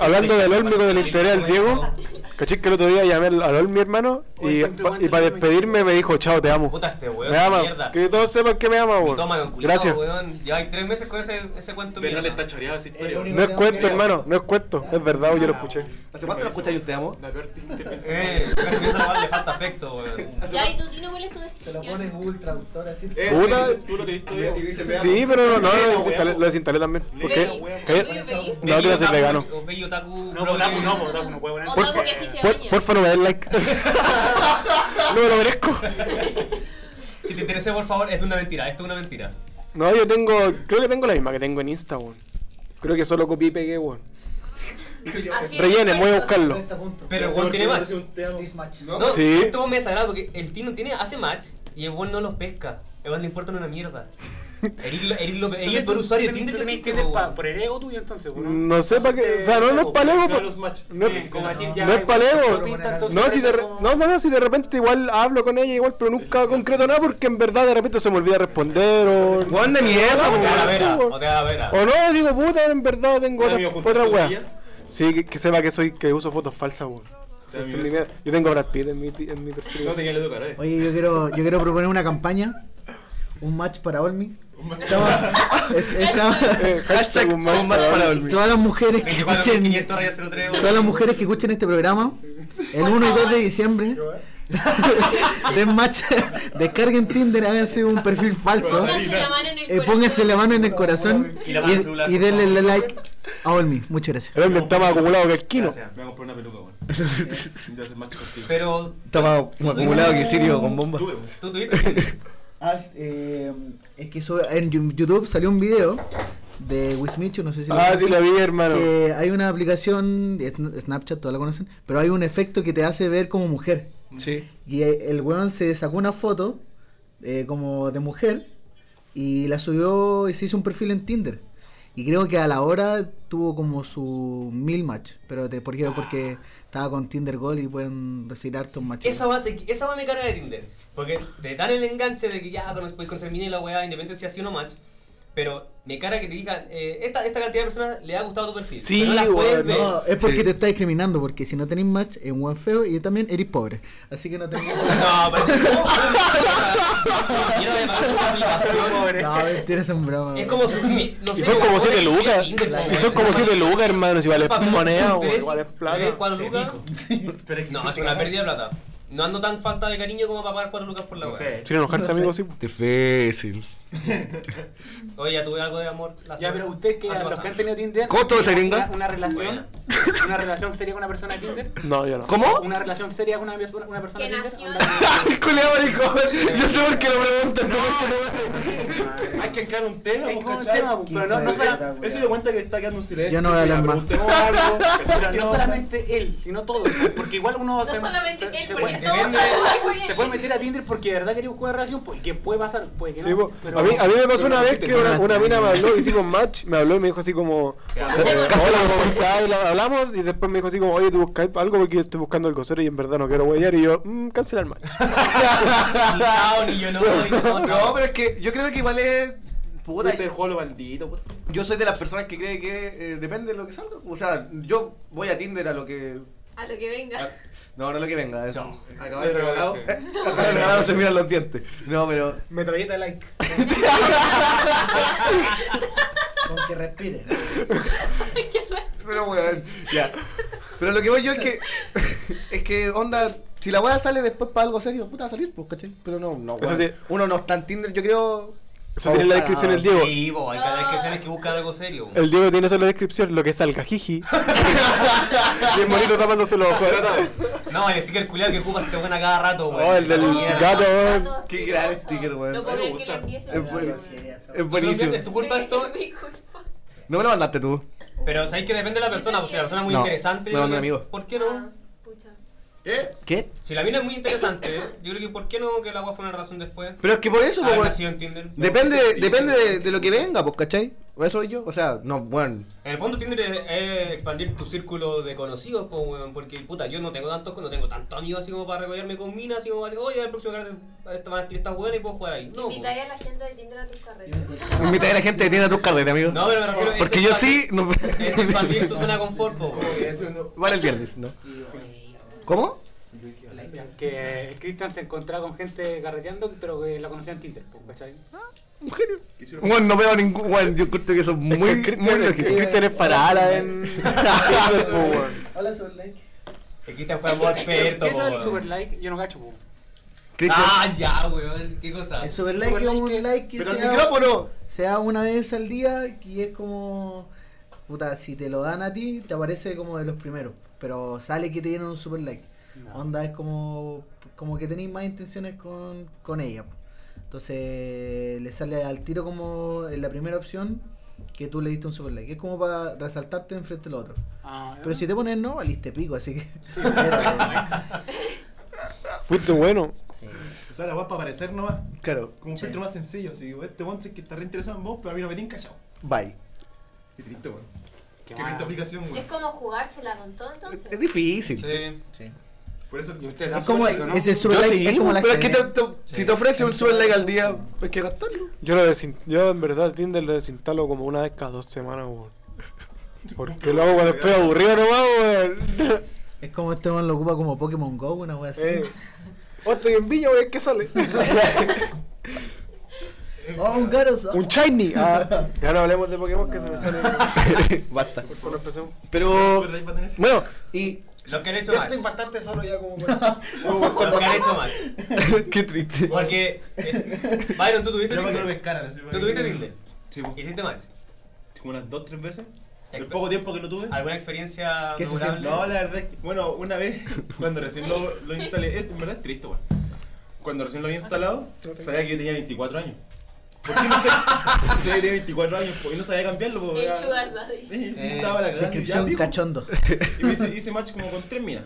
hablando del Olmi con el interés del Diego. Caché que el otro día llamé al, al Olmi, hermano, y, y para despedirme me dijo, chao, te amo.
Puta este weón,
Me
de
ama,
mierda.
que todos sepan que me ama, weón.
Toma con cuidado,
Gracias.
weón. Lleváis tres meses con ese, ese cuento
Pero no le
mierda.
está choreado esa
El
historia.
único-
weón.
No es cuento, hermano, no es cuento, es verdad, yo lo escuché.
¿Hace cuánto no escuchas yo te amo?
La peor te- te pensé.
Eh, pero si esa weá le falta afecto, weón.
Ya, y tú, Tino, ¿cuál es tu
Se lo pone en
descripción?
Google Traductor así.
Puta.
Eh, Tú lo tenés todo.
Y dice, me ama.
Sí, pero no,
Vegano,
no, lo desinstalé,
weón.
lo desinstalé también. ¿Por
Vegano,
qué?
weón.
¿Qué?
Tú y
No, te iba a ser vegano.
O bello otaku.
No, Otaku no, Otaku no puede poner.
Otaku
Porfa,
que sí se
por-
baña.
porfa no me den like. no me lo merezco.
Si te interesa, por favor, es una mentira, esto es una mentira.
No, yo tengo, creo que tengo la misma que tengo en Insta, weón. Creo que solo copié y pegué, weón.
Así es,
Rellenen, voy a buscarlo.
Está a este punto.
Pero el weón tiene match.
This match.
No,
No,
Sí.
esto me desagrada porque el Tino tiene, hace match y el weón no los pesca. El weón le importa una mierda. Eris el peor usuario de Tinder que existe,
Tinder
po,
pa-
weón.
por el ego tuyo entonces, ¿o ¿no?
No sé para qué, o sea, no, no es palego,
Son los match.
no
Eh,
es,
como decir,
no
ya,
es
igual,
paleo.
tú pintas, entonces
no, si de re-
parece como-
no, no, no, si de repente igual hablo con ella igual, pero nunca concreto nada porque en verdad de repente se me olvida responder o...
Weón de mierda,
O te da la vera,
weón.
o te da la vera.
O no, digo, puta, en verdad tengo
Un
otra,
amigo junto
otra
a tu
weá.
tía.
Sí, que, que sepa que soy, que uso fotos falsas, weón.
Sí, a mí
Esa es
me
mi
pasa.
mierda. Yo tengo a Brad Pitt en mi, en mi perfil.
No tenía la educar, eh.
Oye, yo quiero, yo quiero proponer una campaña. Un match para Olmi.
Un match.
Estamos, es- estamos-
Eh, hashtag un match para dormir.
todas las mujeres que escuchen
24.500 rayas 03,
todas las
weón.
mujeres que escuchen este programa el 1 y 2 de diciembre den match descarguen Tinder háganse un perfil falso
Pónganse la mano en el
eh,
corazón.
pónganse la mano en el corazón
Y la mano en el celular.
y, y denle el like a Olmi muchas gracias
El hombre está más acumulado que el Kino.
Gracias.
Me voy a comprar una peluca, weón. Ya hace match contigo.
Pero
Está más acumulado que Sirio con bomba.
Tú, weón.
tú tuviste.
Ah, es- eh, es que eso- en Yu- YouTube salió un video de Wismichu no sé si lo
Ah, sí,
conocen.
la vi, hermano.
que hay una aplicación, Sn- Snapchat, todas la conocen, pero hay un efecto que te hace ver como mujer.
Sí.
Y eh, el weón se sacó una foto eh, como de mujer y la subió y se hizo un perfil en Tinder. Y creo que a la hora tuvo como su mil match, pero te, ¿por
Ah.
qué? porque estaba con Tinder Gold y pueden recibir hartos matches.
Esa va, esa va me carga de Tinder. Porque te dan el enganche de que ya con, puedes conseguir mina y la weá, independiente si ha sido o no match. Pero me carga que te digan, eh, esta, esta cantidad de personas le ha gustado tu perfil.
Sí,
pero no las puedes
weón,
ver.
No, es porque
Sí.
te está discriminando, porque si no tenés match es un weón feo y también eres pobre. Así que no tenés...
No, pero Quiero de pagar una aplicación.
no, mentira, son bromas.
Es
weón.
como su. No sé,
Y son como
weón,
7
es
lucas.
Tinder, weón.
Y son como 7 lucas, hermano. Si vale
Papel,
moneda,
tres,
weón, igual es
tres,
Eh,
plata.
cuatro lucas.
Pero es que
No,
sí
es
te
una
cagas.
pérdida de plata. No ando tan falta de cariño como para pagar 4 lucas por la
No
weá.
sé.
Sin enojarse, amigo, sí.
Difícil.
Oye, ya tuve algo de amor. la
Ya,
semana.
pero ustedes que
Antes
los que
pasada.
han tenido Tinder.
¿Coto de
¿tienen
seringa?
Una, una relación.
Buena.
Una relación seria con una persona de Tinder.
No, yo no.
Una relación seria con una, una, una persona
Que
de Tinder.
nació
Onda-
Culea, maricón. Yo sé por qué lo preguntan. no, no, no.
Hay que encarar un tema,
Es
vos,
como un
¿cachai?
tema, pues, pero no, no,
Qué
sola-
puta, weón.
Eso dio cuenta que está quedando un silencio.
Yo no voy a
ya,
hablar más.
preguntemos algo,
pero
¿cachai?
no solamente él, sino todos. Porque igual uno
No solamente él, porque
puede,
todos
se puede meter a Tinder porque de verdad quería buscar una relación pues, y que puede pasar, puede que
Sí,
no.
po.
pero-
a, mí, a mí me pasó
pero
una
no
vez que
existe.
una,
mandaste,
una mina me
weón.
habló, hicimos match, me habló y me dijo así como...
Hacemos-
Hola, ¿cómo estás? Y la- Hablamos y después me dijo así como, oye, tú buscas algo porque yo estoy buscando el cosero y en verdad no quiero huellar y yo, mmm, cancelar match.
Ni chao, ni yo no. ni no, Este-
No,
chao.
pero es que yo creo que igual es. Puta,
Puta, el juego lo bandido, puta.
yo soy de las personas que cree que eh, depende de lo que salga. O sea, yo voy a Tinder a lo que.
A lo que venga.
a- no, no lo que venga. Es,
No.
acabo de regalado. Acabo de regalado, se miran los dientes. No, pero.
Metralleta like.
Con que respire.
Pero weón, ya. Pero lo que voy yo es que. Es que, onda, si la weá sale después para algo serio, puta va a salir, pues, ¿cachai? Pero no, no,
Eso
weón.
te-
Uno no está en Tinder, yo creo.
Eso tiene en la descripción el Diego.
Sí, po, hay cada descripciones que buscan algo serio. po.
El Diego tiene eso en la descripción, lo que salga, jiji. y el monito tapándose los ojos.
No, el sticker culiado que ocupa este weón a cada rato, weón.
Oh, el del
La
gato,
mierda.
weón.
Qué gran sticker, weón.
No puedo creer que le envié ese
Es bueno.
weón.
Es
No,
buenísimo.
Es tu culpa
Sí,
esto.
es mi culpa.
No me lo mandaste tú.
Pero sabéis que depende de la persona, pues si la persona es muy
No,
interesante.
me lo
yo creo
mandó un
que-
amigo.
¿Por qué no?
Ah, Pucha.
¿Qué? ¿Qué?
Si la mina es muy interesante, yo creo que ¿por qué no que la weá fue una razón después?
Pero es que por eso, po,
Haber
weón.
nacido en Tinder.
Depende, depende de, de lo que venga, pues, ¿cachai? Eso soy yo. O sea, no, bueno.
En el fondo Tinder es, es expandir tu círculo de conocidos, pues, weón, porque puta, yo no tengo tantos, no tengo tantos amigos así como para recollarme con minas, así como para decir, oye, el próximo carrete esta- van a tirar estas buenas y puedo jugar ahí. No, po.
Invitáis a la gente de Tinder a tus carreras.
Invita a la gente que tiene tus carreras, amigo.
No, pero me refiero
Porque
es
yo
expandir-
sí. No...
Es expandir tu zona de confort, po, weón.
Igual el viernes, ¿no? ¿Cómo?
Que el Cristian se encontraba con gente carreteando, pero que la conocía en Tinder, pues, ¿cachai?
Bueno, no veo ningún. Bueno, yo creo que son muy.
Muy,
muy
Cristian,
lógicos.
Cristian es parada en.
Ah,
Hola, soy like.
El Cristian fue amor experto,
¿Qué
po,
es el
weón.
super like? Yo no cacho, pues.
Cristian-
Ah, ya, weón, qué cosa.
El super like es un like que
Pero el
sea-
micrófono.
sea una vez al día y es como puta si te lo dan a ti te aparece como de los primeros pero sale que te dieron un super like onda es como como que tenéis más intenciones con, con ella po. entonces le sale al tiro como en la primera opción que tú le diste un super like es como para resaltarte enfrente del otro
Ah,
pero si te pones no valiste pico así que
Fuiste bueno.
O sea, la weá para aparecer nomás.
Claro,
Como un
Sí.
filtro más sencillo. Si digo, este weón sé que está re interesado en vos, pero a mí no me tinca, chao.
bye.
Qué triste, weón. Qué
Qué
triste
mal.
aplicación,
Es
weón.
como jugársela con todo
Es,
entonces.
es difícil.
Sí.
Por eso.
Y usted
es como
¿no?
ese super
Yo
like
sí,
es como la
pero es que te-
cadena.
te- si te ofrece un super like al día, hay que gastarlo.
Yo lo desin- yo en verdad Tinder lo desinstalo como una vez cada dos semanas, weón. Porque lo hago cuando estoy aburrido nomás, weón.
es como este man lo ocupa como Pokémon Go una wea así
Eh. Oh, estoy en Viña, weón, ¿qué sale?
oh un Garos
Un shiny. Ah, ya no hablemos de Pokémon que se me sale.
Basta.
Por empezamos.
Pero,
Super like va a tener.
bueno, y.
Los que han hecho mal.
bastante solo ya como
Los que han hecho mal.
Qué triste.
Porque. eh, Byron, tú tuviste
Ya para que no me
Tinder.
descaran. así, para
Tú
que-
tuviste Tinder.
Sí, weón.
Hiciste match.
Como unas dos, tres veces. Del
Exper-
poco tiempo que lo tuve.
¿Alguna experiencia
¿Qué se
memorable?
No, la verdad es que, bueno, una vez, cuando recién lo, lo instalé, es, en verdad es triste, weón. Cuando recién lo había instalado, sabía que yo tenía 24 años. ¿Por qué no sé? Sabía que tenía 24 años po, y no sabía cambiarlo, po,
El
era-
sugar daddy.
Eh,
Eh,
Estaba la cagada,
descripción
ya,
cachondo
pico. Y me hice, hice match como con tres minas.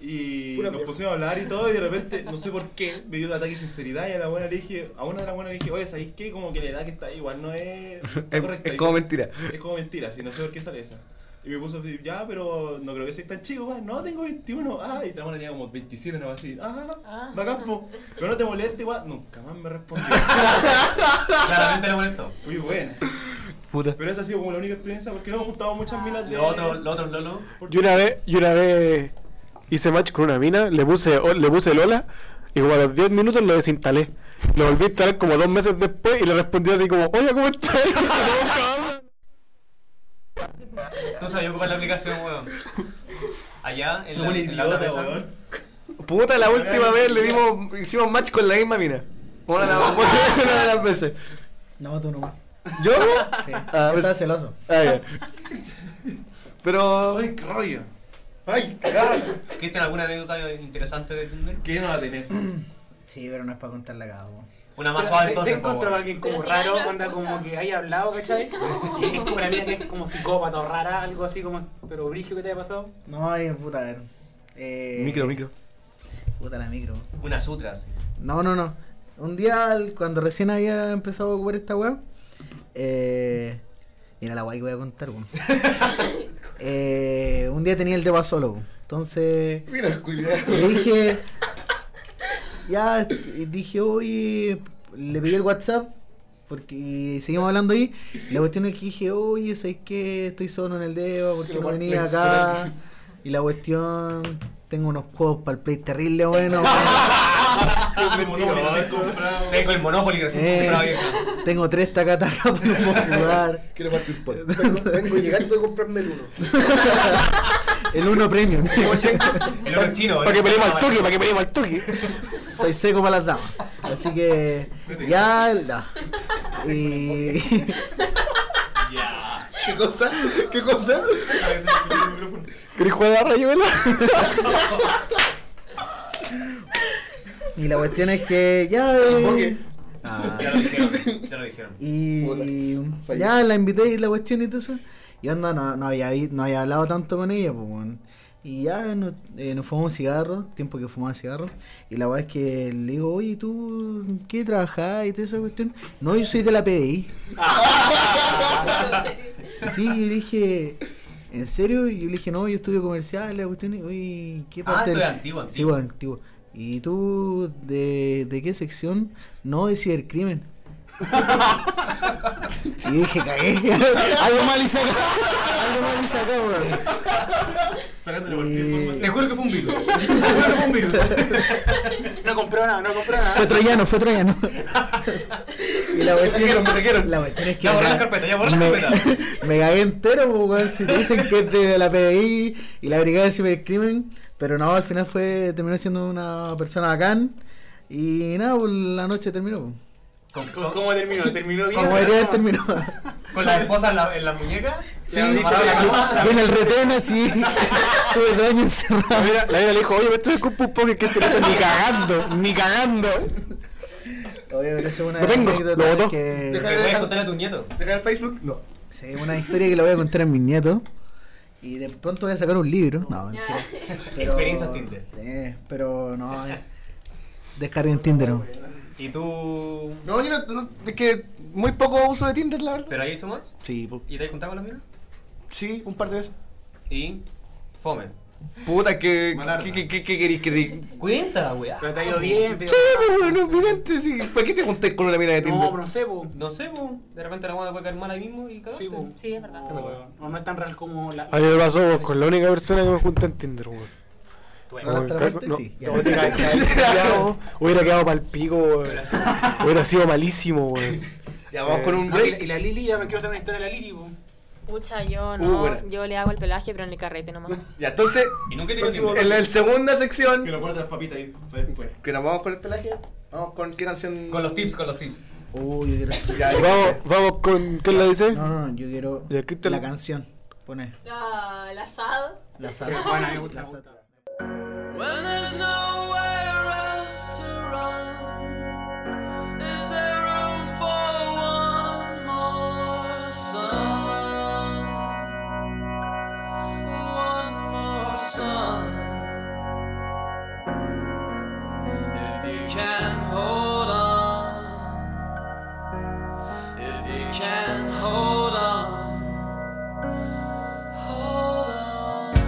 Y nos pusimos a hablar y todo, y de repente, no sé por qué, me dio un ataque de sinceridad. Y a la buena le dije, a una de las buenas le dije, oye, ¿sabéis qué? Como que la edad que está ahí igual no es. no está
Es,
correcta".
es
Y
como mentira.
es como mentira, si no sé por qué sale esa. Y me puso así, ya, pero no creo que seas tan chico, weón. No, tengo 21. Ah, y la mano tenía como 27, no así. Ah,
Ah.
bacán, po. Pero no te moleste, weón. Nunca más me respondió.
Claramente le molestó.
Fui buena.
Puta. Ah.
Pero esa ha sido como la única experiencia porque no me gustaban muchas minas de.
Los otros los otros Lolo.
Yo una vez, yo una vez hice match con una mina, le puse, o- le puse Lola y como a los 10 minutos lo desinstalé. Lo volví a instalar como dos meses después y le respondí así como, oye, ¿cómo estás? Y no,
Tú sabes ocupar la aplicación, weón. Allá, en la,
Un
en la otra
idiota,
mesa.
weón.
Puta, la última vez le dimos, hicimos match con la misma mina. Una de las, una de las veces.
no tú nomás
¿Yo?
Sí.
Ah, pues-
Estaba celoso.
Ah, ya. Pero.
Ay, qué rollo.
Ay,
¿Cristian, alguna anécdota interesante de Tinder?
¿Qué no va a tener?
Sí, pero no es para contarla acá. po.
Una más suave
Te
entonces, po,
encontrado a
weón.
alguien como
Pero si
raro,
nadie lo
onda
escucha.
como que haya hablado, ¿cachai? Y es como la mina que es como psicópata o rara, algo así como, pero brigio que te haya pasado.
No, ay, puta, a ver. Eh,
Micro, micro.
Puta la micro.
Una sutra, sí.
No, no, no. Un día, al- cuando recién había empezado a ocupar esta weá, eh, mira la weá que voy a contar, weón. Eh, un día tenía el depa solo, weón. Entonces,
Mira, cuidado.
le dije. Ya, y dije, oye. Le pedí el WhatsApp. Porque y seguimos hablando ahí. La cuestión es que dije, oye, ¿sabes qué? Estoy solo en el dedo. ¿Por qué no venís acá? Y la cuestión. Tengo unos juegos para el play terrible, bueno.
Ese monólogo que se comprado.
Tengo el Monopoly que recién
Eh.
compraba, vieja.
tengo tres tacatacas para poder jugar.
Quiero partir por.
Vengo llegando a comprarme el uno.
El uno premium.
El otro chino,
Para que peleemos al toque, para que peleemos al toque.
Soy seco para las damas. Así que. Ya. no. Y...
Ya.
¿Qué cosa? ¿Qué cosa?
A veces escucho el micrófono.
¿Querés jugar a la rayuela?
y la cuestión es que ya... eh,
Porque-
ah,
Ya lo dijeron. Ya lo dijeron.
Y
Puta,
ya la invité y la cuestión y todo eso. Y onda, no, no, había, vi- no había hablado tanto con ella, pues, weón. Y ya nos, eh, nos fumamos cigarros, tiempo que fumaba cigarros. Y la verdad es que le digo, oye, ¿tú qué trabajás y toda esa cuestión? No, yo soy de la PDI. Sí, y le dije, ¿en serio? Y yo le dije, no, yo estudio comercial, la cuestión, y, uy, ¿qué
tú
parte? del-
eres Ah, antiguo,
Sí, pues, antiguo. ¿Y tú de, de qué sección? No, de cibercrimen. y dije, cagué. Algo mal hice acá. Algo mal hice acá, weón.
Sacándole cualquier información.
Te juro que fue un virus.
No compró nada, no compró nada.
Fue troyano, fue troyano. y la
Me
cuestión,
dijeron, me dijeron.
la cuestión es que...
Ya borré
me-
la carpeta, ya borré la
me,
carpeta.
me cagué entero, pues, weón. Si te dicen que es de la PDI y la Brigada de Cibercrimen, pero no, al final fue terminó siendo una persona bacán. Y nada, pues la noche terminó. pues.
¿Cómo, cómo terminó? ¿Terminó bien?
Como diría, terminó.
Con la esposa en la, en la muñeca.
Sí, y en el retén así. Tuve dos años
La
encerrado.
vida, la vida le dijo, oye, me estoy con un poco que este loco ni cagando, ni cagando.
Obvio, pero esa es una
Lo tengo,
anécdota
lo botó.
que-
Deja
Te puedes contar
de
a tu nieto.
dejar el Facebook. No.
Sí, una historia que la voy a contar a mis nietos. Y de pronto voy a sacar un libro. No, mentira. Pero-
Experiencias Tinder.
Eh, pero no. eh, Descarguen Tinder. no.
Y tú.
No, yo no, no- es que muy poco uso de Tinder, la verdad.
¿Pero has hecho más?
Sí, po-
¿Y te has contado con la mina?
sí, un par de veces.
Y. Fome.
Puta, que
Malardo.
que- que- que- que querís que diga?
Cuenta, weá.
Pero te ha ido bien, te ha
Sí,
ido
pues bueno, evidente, sí. ¿Para qué te junté con una mina de
mal. No,
Tinder?
pero no sé, po.
No sé, po. De repente la guana puede caer mal ahí mismo y cagaste.
Sí, po.
Sí, es verdad.
No, no es tan real como la.
A mí me pasó weón, con la única persona que me junta en Tinder, weón.
¿Con
Weón,
otra
ca-
parte?
no,
Sí, ya.
no, hubiera quedado- Hubiera quedado pal pico, weón. Hubiera sido malísimo, weón.
Ya vamos
Eh,
con un
No, y, la,
break.
y la Lili, ya me quiero hacer una historia de la Lili, po.
Pucha, yo
Uh,
no.
buena.
yo le hago el pelaje, pero en el carrete nomás.
Ya, entonces,
Y nunca he tenido
en
tiempo.
la en la segunda
Que
sección,
lo guarde las papitas ahí. pues, Fue después.
que nos vamos con el pelaje, vamos con qué canción.
Con los tips, con los tips.
Uy, yo quiero.
Ya,
Vamos, vamos con. ¿Qué la dice?
No, no, no, yo quiero
¿Y aquí te
la
lo-
canción. Poner
La, Ah, el asado.
la sala.
Bueno, me gusta,
La
me gusta.
sala.
When there's nowhere else to run, is there room for one more sun? One more sun. If you can hold on, if you can hold on, hold on. If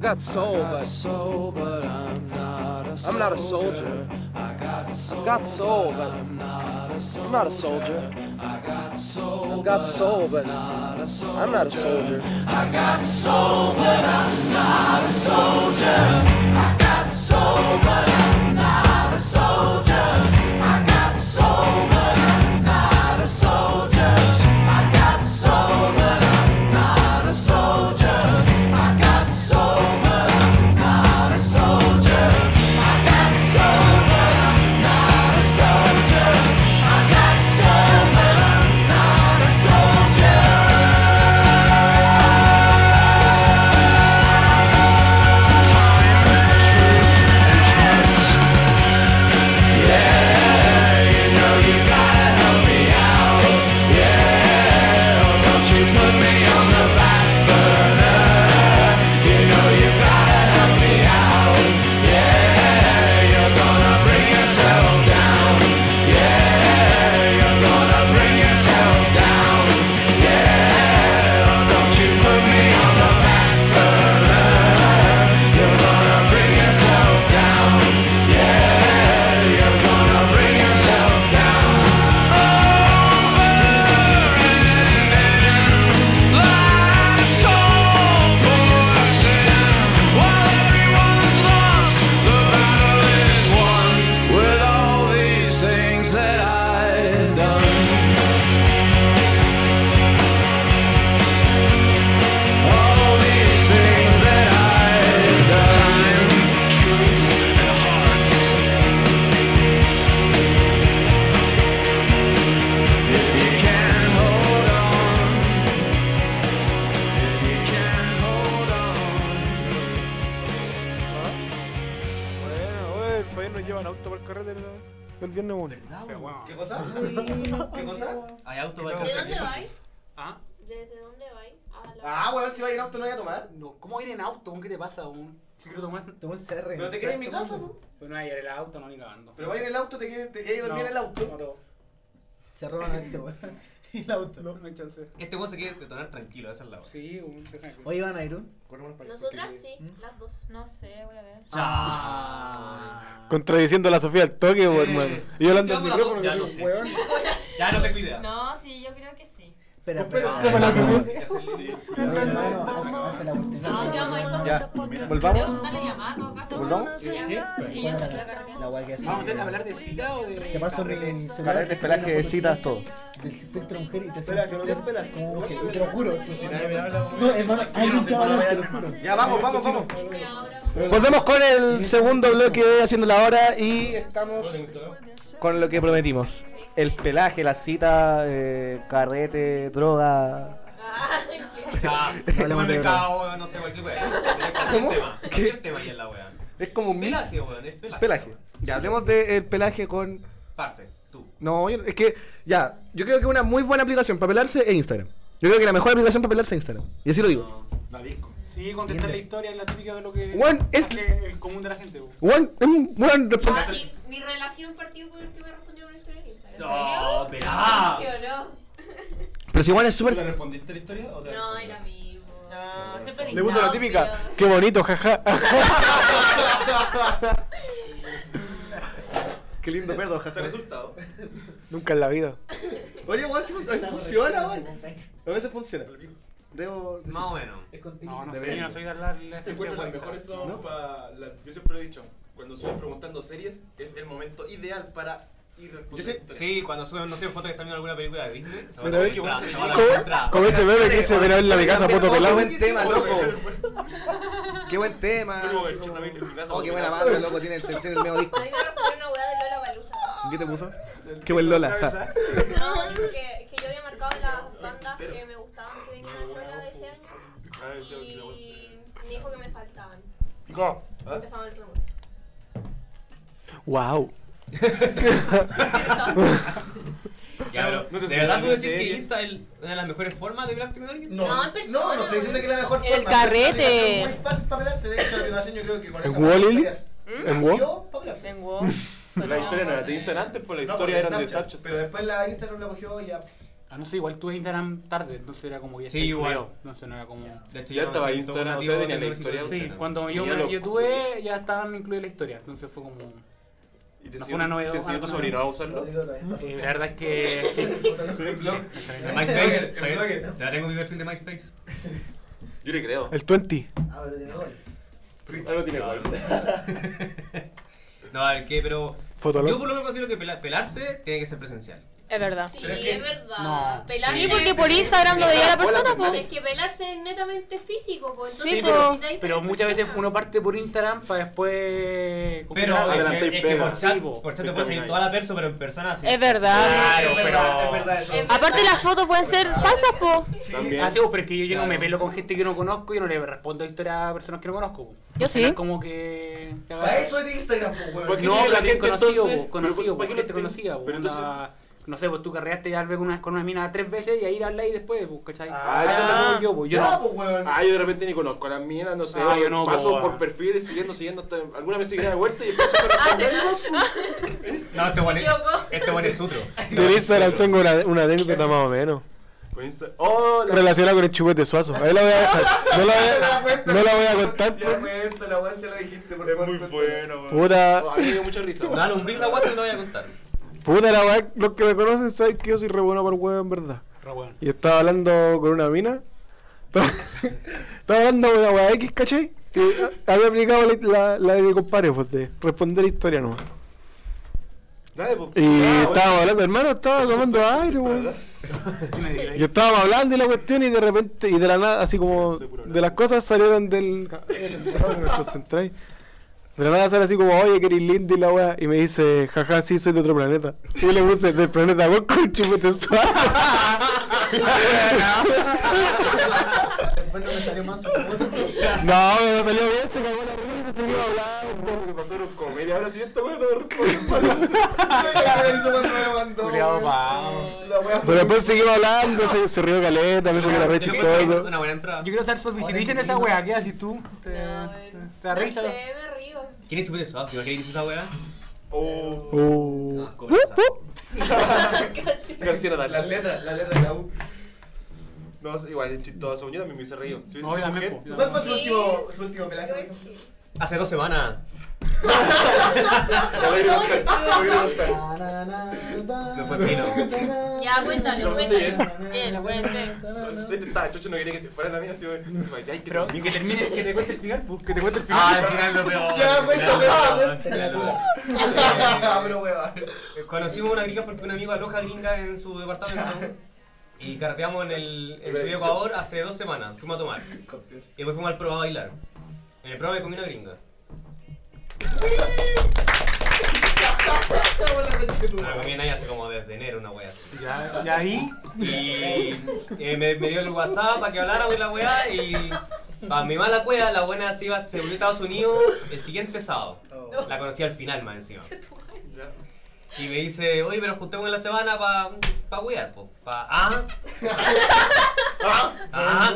got soul, but I'm not a soldier. I'm not a soldier. I got soul, but I'm not a soldier. I'm not a soldier. I got soul, I've got soul, but I'm not a soldier. I got soul, but I'm not a soldier. I got soul, but I'm not a soldier. I got soul, but I'm not a soldier. I got soul, but I'm not a soldier. I got soul, but I'm not a soldier. I got soul, but I'm not a soldier. I got soul, but I'm not a soldier. Yeah, you know you gotta help me out. Yeah, oh, don't you put me on the back burner. You know you gotta help me out. Yeah, you're gonna bring yourself down. Yeah, you're gonna bring yourself down. Yeah, oh, don't you put me on the back burner. You're gonna bring yourself down. Yeah, you're gonna bring yourself down. With all these things that I've done, all these things that I've done, if you can hold on, if you can hold
Bueno, wey, el Fabián nos lleva en auto para el carrete ¿verdad? el viernes, weón.
Ah,
¿Qué cosa? ¿Qué cosa?
Hay auto
¿Qué
para
tal?
el
¿De dónde
carrete.
vais?
¿Ah?
¿Desde dónde vais? A la-
Ah, weón, si va a ir en auto no voy a tomar.
No, ¿cómo ir en auto? ¿Qué te pasa, weón? Si quiero tomar.
Tomó el CR.
Pero te quedas en mi casa, po.
Pues no, ayer el auto no ni cagando.
Pero va a ir en el auto, te quedas te quedas a dormir en el auto.
No, no,
Se roban a este weón. Y el auto.
no hay chance.
Este weón se quiere detonar tranquilo, esa es la weón.
Sí, un deja de-
Oye, van a ir,
Nosotras sí, las dos.
No sé, voy a ver.
Ah.
Contradiciendo a la Sofía al toque, weón, hermano. Y yo le ando al
sí, vamos a
micrófono,
la- ya
que
no
soy
sé.
weón.
Ya no tengo idea.
No, sí, yo creo que sí.
Espera, espera. Hermano, hace- hace la última.
No, sí, vamos a ir solos.
Ya,
Debo
volvamos.
buscarle llamada, en todo caso.
¿Volvamos?
Sí, ya. Y yo salí a la carretera.
La guay que hace.
Vamos a hacer- hablar de cita o de.
Te paso mi celular.
Carrete, pelaje, citas, todo.
Del espectro mujer y te hace.
Espera, que no te esperas.
Como que- Te lo juro. te-
nadie me habla, weón.
No, hermano, alguien te va a hablar, te lo juro.
Ya, vamos, vamos, vamos. Volvemos con el segundo bloque de Haciendo la Hora y estamos con lo que prometimos. El pelaje, la cita, eh, carrete, droga.
Hablamos de droga.
Mercado, no sé, cualquier weón. Cualquier tema. Cualquier tema ahí en la weón.
Es como un mix.
Pelaje, weón, es pelaje.
Pelaje. Ya, hablemos del pelaje con...
Parte, tú.
No, yo- es que, ya, yo creo que una muy buena aplicación para pelarse es Instagram. Yo creo que la mejor aplicación para pelarse es Instagram. Y así lo digo.
Sí, contestar la historia es la típica de lo que.
Weón, es-
hace el común de la gente, weón.
Bueno, es un buen respon-
Ah, sí, mi relación partió por el que me respondió una historia de Instagram.
No,
¿En serio?
pelado.
Funcionó.
Pero si igual es
¿Le
súper...
respondiste la historia o te
No, era mismo.
No, siempre
Le puso la típica. Qué bonito, jaja.
Qué lindo perro,
¿Te
jaja.
resultado?
Nunca en la vida.
Oye, weón, si funciona, funciona, weón. A veces funciona. Debo... decir-
Más o menos.
No, no
De
sé,
verdad.
yo no soy de hablar la gente,
Encuentro las
weón.
mejores son
¿No?
para. la- yo siempre lo he dicho, cuando estoy preguntando series, es el momento ideal para ir
Yo sé-
respondiendo.
Sí, cuando suben, no sé, fotos que están viendo alguna película de Disney. se van a
Pero,
ver, weón, se van a
¿Cómo?
encontrar.
Como ese bebé que dice, ven a ver la mi casa, foto
Oh, Qué
pelado.
buen tema, loco. Qué buen tema.
Vuelvo a ver
así como-
Chernobyl en mi casa,
Oh, qué
porque
buena
la-
banda, loco. Tiene el, tiene el medio disco.
A mí me respondió una weá de Lola Palusa.
¿Qué te puso? Qué buen Lola. ja.
No, dijo que, que yo había marcado las bandas que me gustaban que venían a Lola de ese año.
A ver, sí, aquí la voy
Y me dijo que me faltaban.
¿Ah?
Empezamos el rebote.
Wow.
Ya, pero,
No se
¿de verdad tú
entiende,
decís que
serie.
Insta es el- una de las mejores formas de hablar con alguien?
No, en persona,
no, no estoy diciendo que es la mejor
El
forma. pero es una
carrete.
aplicación Muy fácil para pelarse. De hecho, la aplicación yo creo que con
¿En
esa
Wall, Lili?
historias
¿Mm?
¿En
nació
Wall?
para pelarse.
Tengo.
La historia no era de Instagram antes, pues la
No,
historia
porque
era de
Snapchat,
Snapchat.
Pero después la Instagram la cogió y ya.
A Ah, no ser igual tuve Instagram tarde, entonces era como ya
Sí,
está
igual.
incluido, Entonces no era como.
De hecho, yo no sé,
Instagram,
nativo
o sea, tenía la
tecnológico.
historia de
Sí,
Instagram.
cuando yo,
Y ya
me-
lo-
yo tuve, ya estaban incluidas la historia, entonces fue como.
¿Y
no
te
fue una
enseñó
novedad.
te enseñó tu sobrino a usarlo?
Eh, la verdad es que. Sí.
MySpace. todavía- Ya tengo mi perfil de MySpace.
Yo le creo.
El 20.
Ah, pero tiene gol.
Ah, no tiene gol.
No, a ver qué, pero.
Fotolog.
Yo por lo menos considero que pela- pelarse tiene que ser presencial.
Es verdad.
Sí,
Pero es que-
es verdad.
no.
Pelarse-
Sí, porque por Instagram lo veía la persona, po.
Es que pelarse es netamente físico, pues.
Sí,
Entonces,
pero,
necesitáis
pero muchas veces uno parte por Instagram para después.
Pero
comprar-
es que, es que por
Sí,
chat,
po.
por chat te puedes seguir toda la perso, pero en persona sí.
Es verdad.
Claro,
Sí,
pero-
es verdad eso.
Aparte las fotos pueden ser falsas, po.
También.
Ah, sí, pues, pero es que yo, yo no me pelo con gente que no conozco y no le respondo historias a personas que no conozco. pues.
Yo sí.
Es como que.
Para eso es Instagram, pues, weón.
Porque
qué
no,
tiene
pero
la
alguien
gente
conocido,
entonces?
po, conocido,
Pero,
po,
¿para qué
gente
lo tiene?
conocida, po,
Pero
onda,
entonces-
No sé, pues tú carreaste ya con una, con una mina tres veces y ahí habláis después, pues, ¿cachai?
Ah,
Eso es lo que yo, po, yo
Ya,
no.
pues, weón.
Ah, yo de repente ni conozco a las minas, no sé.
Ah, yo no,
paso
po,
por
ah.
perfiles, siguiendo, siguiendo. Hasta, alguna vez seguiré de vuelta y
Ah,
después.
No, este buen es,
equivocó.
este buen es sutro.
De Instagram tengo una, una anécdota más o menos.
Con Insta. ¡Oh! la-
Relacionada con el chupete suazo. Ahí la voy a dejar. No la voy a, no la voy a contar. pues.
Ya cuenta, la weón se la dijiste, por
Es
favor.
muy bueno, weón.
Puta,
Oh, a mí me dio mucha risa.
No, alumbrí la guasa y no voy a contar.
puta la weá. Los que me conocen saben que yo soy re bueno para el huevo en verdad.
Pero bueno.
Y estaba hablando con una mina. Estaba, estaba hablando de una weá X, ¿cachai? Que había aplicado la, la, la de mi compadre, pues de responder historia nomás.
Dale, pues.
Y
Ah, oye,
estábamos hablando, hermano, estaba tomando aire, weón.
¿verdad?
Y estábamos hablando y la cuestión y de repente, y de la nada, así como,
Sí, sí, puro
de las cosas salieron del... me concentré. De la nada sale así como, oye, que eres linda y la weá. Y me dice, jaja, sí, soy de otro planeta. Y le puse, del planeta vos con chupete suave.
Después no me salió más su foto.
no, me salió bien, se cagó la risa, se quedó hablando.
Me pasaron como media hora siguiente, weón. No me responden.
Eso cuando me lo mandó,
Culeado,
weón.
pao.
La weá
Pero pues- después seguimos hablando, se, se rió caleta, me dijo que era re chistoso.
Una buena entrada.
Yo quiero saber, Sofi, si te dicen esa weá, ¿qué haces tú? ¿Te,
No,
te-
weón.
te da
No
risa?
sé, me río.
¿Quién es tu pete suazo? ¿Quién dice esa weá?
Oh.
Uh.
No, cobra esa.
Casi.
García Natal.
Las letras, las letras de la U.
No, es igual, es chistoso. Yo también me hice reír. Si hubiese
No, pues,
sido
yo también,
mujer,
po, yo
¿Cuál fue
también.
su
Sí.
último, su último pelaje?
Yo sí.
Hace dos semanas
la voy a ir a buscar, la voy a ir a buscar.
me fue fino.
Ya, cuéntalo,
Lo pasaste
cuéntalo. Bien, lo cuente.
Este estaba chocho, no quería que se fuera la mina, así, weón. Ya, hay que
Pero que termine, que te cuente el final, pues, que te cuente el final.
Ah, al final lo peor.
Ya, pues. cuéntalo,
Al final lo peor,
cuéntalo.
al final lo peor.
Pero hueva.
Conocimos una gringa porque un amigo aloja gringa en su departamento. Y carreteamos en el en Ciudad de Ecuador hace dos semanas. Fuimos a tomar. Y después fuimos al pro a bailar. En el pro me comí una gringa.
Cago en la concha de tu
No la
madre.
comí en ahí hace como desde enero, una wea así.
Ya, y ahí,
Y eh, me, me dio el WhatsApp para que hablara con la wea y. Para mi mala cueva, la buena se iba se volvió a Estados Unidos el siguiente sábado.
Oh.
La conocí al final más encima. Y me dice, oye, pero juntemos en la semana para pa wear, po. Pa, ah, ah,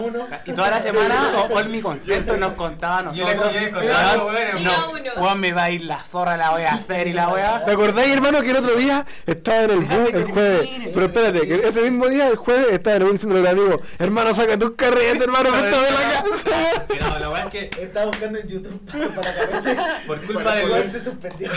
y toda la semana, o- Olmi contento nos contaba a
Y yo le
nosotros.
yo le contaba,
No,
weón,
Diga
no.
uno.
Juan me va a ir la zorra, la voy a hacer y la voy a.
¿Te acordáis, hermano, que el otro día estaba en el bus el jueves? Pero espérate, que ese mismo día, el jueves, estaba en el bus diciéndole al amigo, hermano, saca tus carretes, hermano, vete de la casa.
Pero la verdad es que
Estaba buscando en YouTube paso para carrete.
por culpa del...
Igual se suspendió.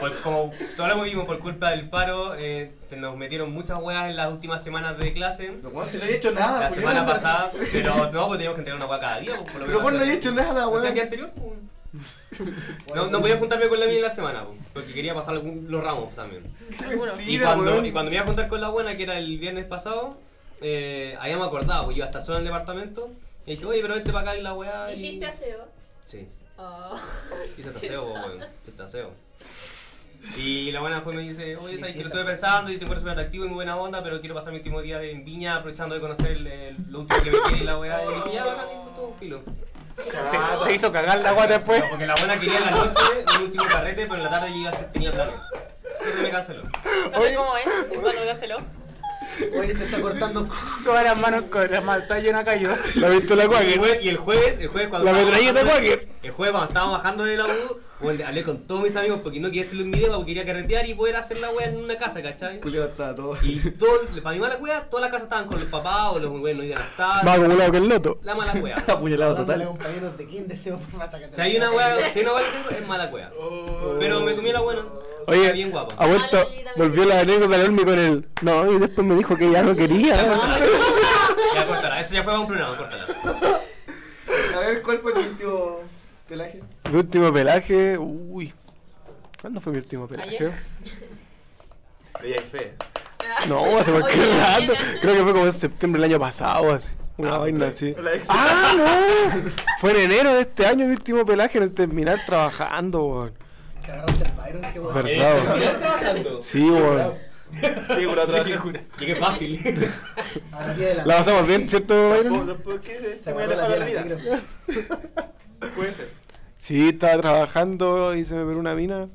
por- como todos lo vimos por culpa del paro, eh, te- nos metieron muchas weas en las últimas semanas de clase.
No, weón, si no he hecho nada,
La
Julián.
semana pasada, pero no, pues teníamos que entregar una wea cada día. pues, por lo
Ah, Pero
menos.
vos no he hecho nada,
O sea, el
weón.
día anterior, pues. No, no podía juntarme con la mía en la semana, pues, porque quería pasar algún- los ramos también. Y
Mentira,
cuando,
weón.
y cuando me iba a juntar con la buena, que era el viernes pasado, eh, ahí me acordaba, pues yo hasta solo en el departamento. Y dije, oye, pero vente para acá y la weá. y-
¿Hiciste aseo?
Sí,
Oh.
hice taseo, pues, weón. Hice taseo. Y la buena después me dice, oye, sabes que lo estuve pensando y te encuentro súper atractivo y muy buena onda, pero quiero pasar mi último día en Viña aprovechando de conocer el, el- lo último que me quiere y la weá. Y dije, ya, bacán, y pues, todo filo.
Se, se hizo cagar la guata después.
No, porque la buena quería en la noche un último carrete, pero en la tarde yo iba a hacer- tenía planes. Eso me canceló.
¿Sabes cómo es? Cuando dáselo.
Oye, se está cortando.
Todas las manos con las manos todas llenas de callos.
La pistola
Y el
Quaker.
jue- Y el jueves, el jueves cuando
La
estábamos
metralleta
bajando-
Quaker.
El jueves cuando estábamos bajando de la U, Bueno, hablé con todos mis amigos porque no quería hacerle un video porque quería carretear y poder hacer la wea en una casa, ¿cachai?
Julio estaba todo.
Y todo, para mi mala wea, todas las casas estaban con los papás o los weones no iban a estar.
Más acumulado que el loto.
La mala wea.
Apuñalado
Dándole a
total.
compañeros de kinder, se pasa que
Si hay una wea, si hay una wea que tengo, es mala wea.
Oh.
Pero me sumí a la buena. Está
Oye,
bien guapa.
ha vuelto, volvió la anécdota del Olmi con él. No, y después me dijo que ya no quería.
Ya, córtala, eso ya fue un programa, córtala.
A ver, ¿cuál fue tu último pelaje?
Mi último pelaje, uy. ¿Cuándo fue mi último pelaje?
Ayer.
Ella hay fe.
No, hace cualquier
Oye,
rato.
mira.
Creo que fue como en septiembre del año pasado, así. Una vaina así.
Ah, La ex-
¡Ah, no! Fue en enero de este año mi último pelaje en el terminar trabajando, weón.
Te agarraste el Byron, qué bueno.
Eh,
Verdad, weón.
¿Estás trabajando?
Sí, weón.
Sí, por atrás.
Y qué fácil.
A las 10 de la
La pasamos bien, ¿cierto,
¿Por-
Byron?
¿Por qué
Se
te voy a
agarró la
dejar la
piel al
vida?
negro.
Puede ser.
Sí, estaba trabajando y se me pegó una mina.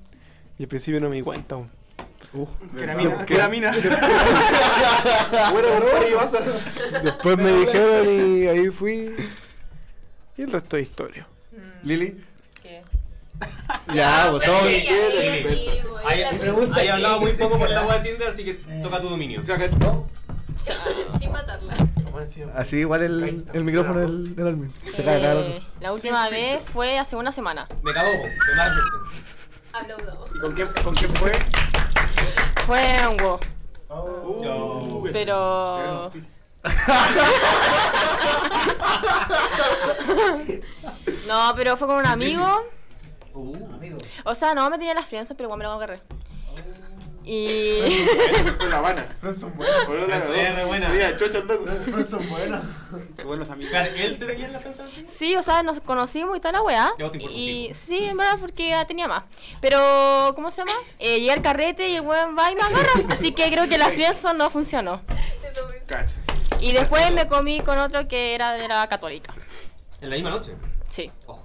Y al principio no me di cuenta, weón.
Que
Ah,
era mina.
¿Qué?
Que era mina.
Bueno, bro, y vas a.
Después me dijeron y ahí fui. Y el resto de historia.
Lili.
¿Qué?
Ya, pues todo bien.
Hay,
pregunta
hay
que-
hablado muy poco por la wea de Tinder, así que toca tu dominio.
Sin matarla.
Así igual el, el micrófono del, del Armin. Se cae,
Eh, la última vez fue hace una semana.
Me cago, me marco.
Aplaudo.
¿Y con quién, con quién fue?
Fue en WoW,
Uh,
pero... No, pero fue con un amigo.
Amigo,
O sea, no me tenía las fianzas, pero igual me lo agarré. Y...
Fue en La Habana.
son buenos.
Bueno, la
Eso
cagó.
es re buena.
Mira, chocho el loco.
son buenos.
Qué buenos amigos.
Claro, ¿Él te tenía en la frente?
Sí, o sea, nos conocimos y toda la weá.
Ya voté por
Y
contigo.
sí, en verdad, porque ya tenía más. Pero, ¿cómo se llama? Eh, llegué al carrete y el weón va y me agarra. Así que creo que la fiesta no funcionó.
Cacha.
Y después me comí con otro que era de la católica.
En la misma noche.
Sí.
Ojo.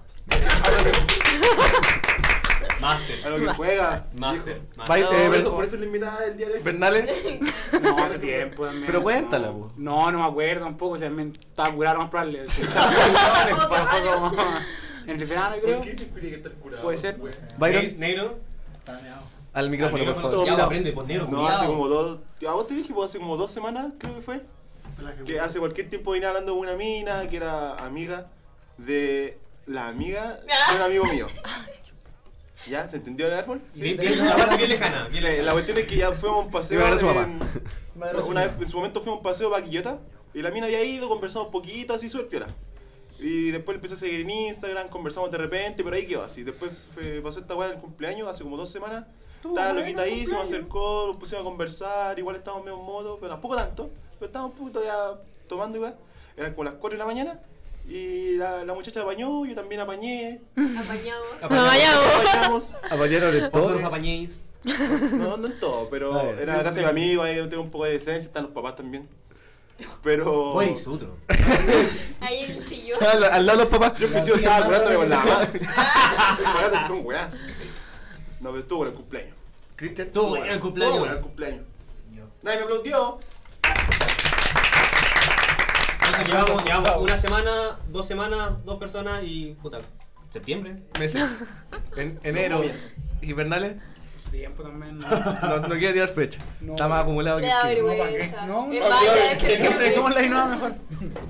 A
Master.
lo que juega.
Master.
Va-
Master.
eh,
Por
Ber-
eso, por eso la invitada del día de hoy.
Bernales.
No, hace tiempo también.
Pero cuéntala,
no.
po.
No, no me acuerdo tampoco. Se me estaba curado más probable. Sí, estaba curado, pero fue como En el verano, creo.
¿Por qué siempre tiene que estar curado?
Puede ser.
Güey.
Ne-
Byron,
Negro.
al micrófono, por favor.
Ya aprende, pues negro.
No, hace como dos. A vos te dije, pues hace como dos semanas, creo que fue. Que hace cualquier tiempo vine hablando de una mina que era amiga de la amiga de un amigo mío. ¿Ya? ¿Se entendió el árbol?
Bien, bien, la parte bien lejana. Bien
La, la
lejana.
cuestión es que ya fuimos a un paseo.
Iba a ganar su
en-
mamá.
Iba a ganar su
una
mamá.
vez, en su momento fuimos a un paseo para Quillota y la mina había ido, conversamos poquito, así súper piola. Y después empecé a seguir en Instagram, conversamos de repente, pero ahí quedó así. Después fue- pasó esta weá del cumpleaños, hace como dos semanas. Estaba loquita ahí, se me acercó, nos pusimos a conversar, igual estábamos medio en modo, pero tampoco tanto. Pero estábamos un poquito ya tomando igual. Eran como las 4 de la mañana y la, la muchacha apañó, yo también apañé.
Apañamos.
No vaya
Apañamos.
Apañaron el
Vosotros
todo.
apañéis.
No, no en todo, pero
Ah, ya.
era la casa de mi amigo, ahí tengo un poco de decencia, están los papás también. Pero.
Por otro.
Ahí en el sillón.
Al, al lado de los papás.
Yo en principio estaba curándome con la mamá. Curándote con weas. No, pero estuvo bueno el cumpleaños.
Cristian,
Tú, en el
Estuvo bueno el
cumpleaños.
cumpleaños. Nadie me aplaudió.
Entonces, llevamos, llevamos una semana, dos semanas, dos personas y. puta. Septiembre.
meses. En, enero. ¿Y Bernales?
Tiempo también. No.
No, no quiere tirar fecha.
No.
Está más acumulado
Le
que
da
el que.
vergüenza.
No,
Me
no,
vaya, es
Siempre, ¿Cómo
que-
la innovaba mejor?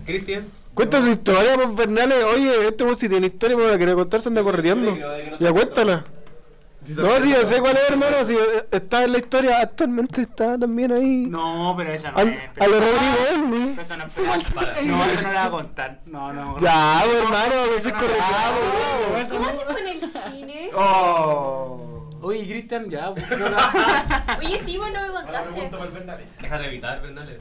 Cristian.
Cuenta su historia, pues Bernales. Oye, este bus si tiene historia, pues la quiere contar, se anda correteando. Ya cuéntala. No, si yo sé cuál es, hermano. Si eh, está en la historia, actualmente está también ahí.
No, pero esa no
Al-
es.
a
pero-
lo Rodrigo
Pero esa no es.
Fue
pero-
al cine.
No, esa no la voy a contar. No, no.
Ya, pues, hermano, a veces
Esa no la-
correteamos.
Esa no-
¿Cómo que fue en el cine?
Oh.
Oye, Cristian, ya. pues, no la-
Oye, sí, vos no me contaste.
Déjate evitar, Bernales.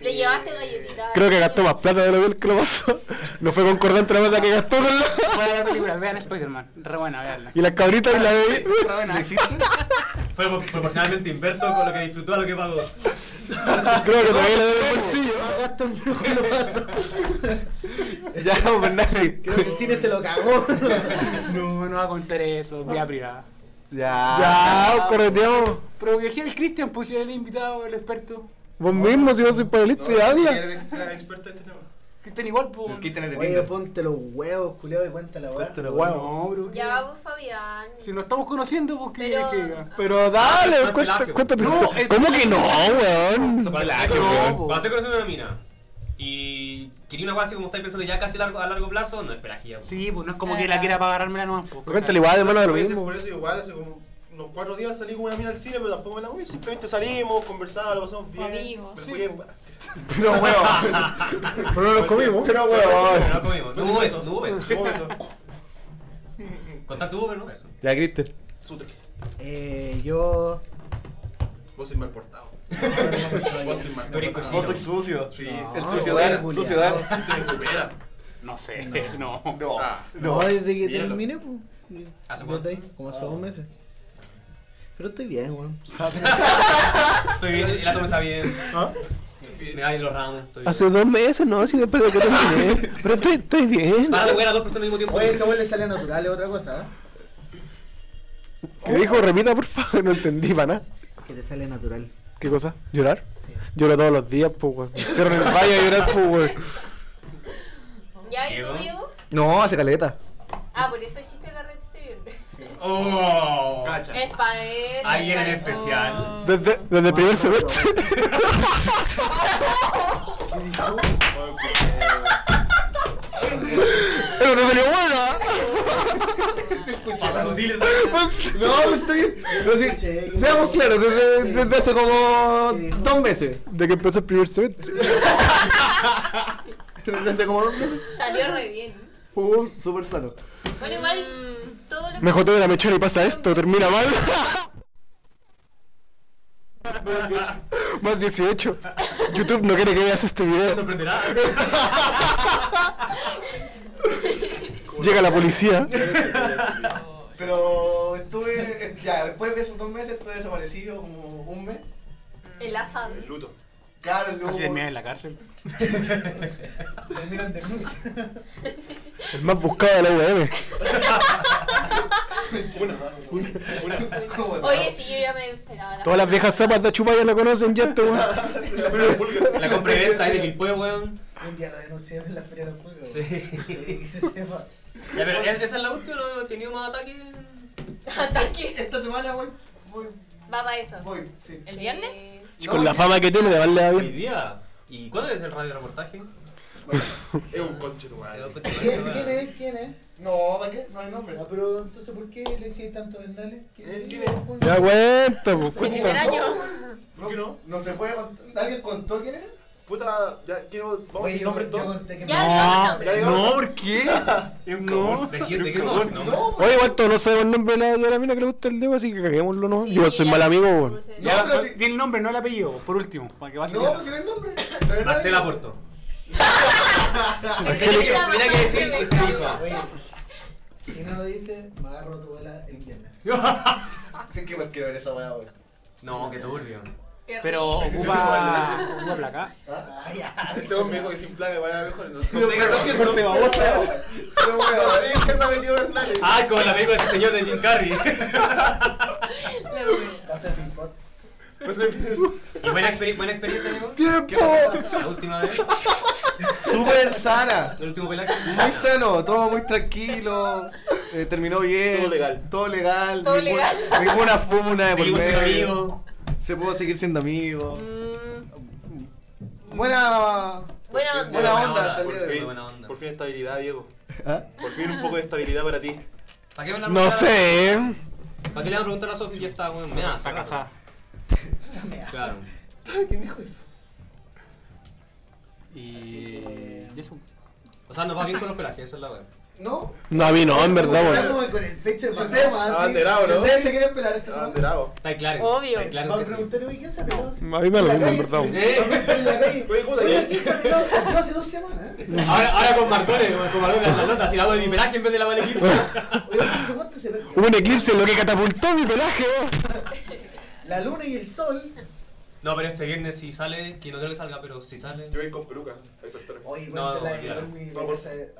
Le llevaste galletitas.
Creo que gastó más plata de lo que él que lo pasó. No fue concordante la plata que gastó con la...
Buena la película, vean Spider-Man. Re buena, veanla.
Y las cabritas y la bebé.
Fue pro- proporcionalmente inverso con lo que disfrutó a lo que pagó.
Creo que todavía le doy el bolsillo.
Ya, pues, Bernales.
Creo que el cine se lo cagó.
No, no va a contar eso, vía privada.
Ya.
Ya, correteamos.
Pero que sea el Cristian, pues era el invitado, el experto.
Vos mismo, si vos soy panelista y habla.
Experta en este tema.
Kristen igual, pues.
Los Kristen es de
Oye,
Tinder.
ponte los huevos, culiao, y cuenta la weá.
los huevos. No, bro.
Ya vamos, Fabián.
Si nos estamos conociendo, pues que
Pero-
que diga.
Pero dale,
Más
cuenta,
pelaje,
cuenta tu
No,
historia.
el-
¿Cómo que no, weón?
Pelaje,
No,
weón.
po.
Cuando estoy conociendo una mina y quería una cosa así como estáis pensando ya casi a largo, a largo plazo, no es pelaje ya.
Sí, pues no es como que la quiera para agarrármela nomás, pues.
Cuéntale igual, hermano, de lo
Por eso-
mismo.
Por eso igual hace como unos cuatro días salí con una mina al cine, pero tampoco me la voy. Simplemente salimos, conversamos, lo pasamos bien.
Amigos.
Pero fui en-
Pero weón. Pero no nos comimos. Pero
No,
weón.
no comimos. No
No
hubo
se
eso, no hubo eso.
¿Cómo eso?
Contacto hubo, pero no eso.
Ya, Cristian.
Sute.
Eh, yo.
Vos sois mal portado. Vos sois mal
Tú eres
portado.
cochino.
sucio.
Sí.
El
No,
sucio
weón,
Dan,
culiao.
sucio Dan.
Te supera.
No sé, no.
No. Ah.
No, desde que
Míralo.
terminé, pues.
¿Hace
Desde
cuánto?
ahí, Como hace dos meses. Pero estoy bien, weón.
Estoy bien, el átomo está bien. Me da ahí los ramos. Estoy bien.
Hace dos meses, no, si después de que terminé. Pero estoy, estoy bien.
Para de jugar a dos personas al mismo tiempo.
Oye, ese weón le sale natural, es otra cosa, ¿eh?
¿Qué dijo? Repita, por favor, no entendí para nada.
Que te sale natural.
¿Qué cosa? ¿Llorar? Lloro todos los días, pues, weón. Cierro en el baño a llorar, pues, weón.
¿Ya y tú,
Diego.
Diego?
No, hace caleta.
Ah, por eso hiciste la red este viernes.
Oh.
Cacha.
Es para eso.
Alguien
es
en
pa' eso.
especial.
Desde, desde el primer semestre. Pero no salió
Pasas sutiles.
No, no estoy. no, sí, Seamos claros, desde, desde hace como dos meses.
De que empezó el primer semestre.
Desde hace como dos meses.
Salió re bien.
Jugó súper sano.
Bueno, igual,
Mm.
todo lo
Me joteo de la mechona y pasa esto, termina mal. Más 18. YouTube no quiere que veas este
Te
video.
sorprenderá.
Llega la policía.
Pero estuve. Ya, después de esos dos meses estuve desaparecido como un mes.
El asado.
El luto.
Claro, luego.
Casi terminé en la cárcel.
El más buscado de la UAM.
Oye, sí, yo ya me esperaba. la-
Todas las viejas zapas de Achupaya la conocen ya, este weón.
La compra y venta ahí de Quilpue, weón.
Un día lo denunciaron en la feria del juego.
Sí.
Que se sepa.
Ya, pero ¿es- esa es la última, no he tenido más ataques.
Ataque.
Esta semana voy. Voy.
Va para eso. Eh,
Voy. Sí.
¿El viernes?
Con la fama que tiene de darle a
Hoy
bien.
día. ¿Y cuándo es el radio reportaje?
Es un conche tu madre.
¿Quién quién es? ¿Quién es?
No, ¿para qué? No hay nombre.
Ah, pero entonces, ¿por qué le decís tanto Bernales?
Eh,
¿Quién
¿quién
es?
es?
Ya cuenta, pues
El primer
cuenta.
año.
¿Por qué no?
No se puede contar. ¿Alguien contó quién era?
Puta, ya quiero. Vamos a
Oye,
decir
yo,
nombre
yo
todo.
conté que
Ya,
me...
Ah,
digamos,
Ya digamos.
No, ¿por qué?
Es un
No.
cagón.
¿De quién? ¿De qué no?
No,
No.
pues.
Oye, cuánto no sabemos el nombre de la, de la mina que le gusta el dedo, así que caguémoslo, ¿no?
Sí,
Yo soy
ya.
mal amigo, weón.
Entonces,
No, pero si-
Di el nombre, no el apellido, por último, para
Ah,
que
No, pues
vaya
si no hay nombre. La verdad
Marcela
es-
Puerto.
Angélica.
Mira que decir que se dijo.
Oye, si no lo dice, me agarro a tu abuela el viernes.
Sí, que más quiero ver esa weá, weón.
No, qué turbio.
Qué
Pero ocupa. ocupa placa.
Ah, ya.
Este hombre me dijo que sin plaga vaya mejor. No sé,
Pero, pero,
no siento.
pero te babosa, weón. Pero,
No
weón.
sé, ¿qué anda metido Bernales?
Ah, con el amigo de este señor de Jim Carrey.
Va a ser Bill Potts.
Pues, en-
¿Y buena, exper- buena experiencia, amigo?
¡Tiempo!
La última vez.
Súper sana.
El último pelaje.
Muy sano, todo muy tranquilo. eh, terminó bien.
Todo legal.
Todo legal.
Todo
ninguna,
legal.
Ninguna funa de por
Seguimos siendo
medio.
amigos.
Se pudo seguir siendo amigo.
Mm,
Buena.
Buena onda.
Buena onda hasta el
Por
día de
fin,
hoy.
buena onda.
por fin estabilidad, Diego.
¿Ah?
Por fin un poco de estabilidad para ti.
¿Para qué me la
No sé.
¿Para qué le van a preguntar a Sofi? Ya está, weón. Me hace.
Está casada.
rato. Claro.
¿Quién dijo eso?
Ah,
Y. y eso.
O sea, nos va bien con los pelajes, eso es la weón.
¿No?
No, a mí no, en verdad,
Está
weón.
como con el techo de
Ustedes-
Panamá, así.
abanderado, ¿no?
Ustedes se quieren pelar esta
Está
semana.
abanderado.
Está claro.
Obvio.
Está claro.
Vamos a
que sí.
preguntar, oye, ¿quién se ha pelado?
A mí me lo
En la
mismo, en
calle,
verdad,
sí.
weón.
En la calle.
Oye, puta,
Oye,
¿qué?
¿quién se ha pelado? Yo hace dos semanas, ¿eh?
Ahora, ahora con Marcones, weón, con Marcones la nota, si la hago de mi pelaje en vez de la vale Gibson.
Oye, no sé cuánto se ve.
Hubo un eclipse en lo que catapultó mi pelaje, weón.
La luna y el sol.
No, pero este viernes si sale, que no creo que salga, pero si sale.
Yo voy con peluca. Ahí son tres.
Oye,
No,
cuéntala
ya.
de mi
Vamos.
casa de-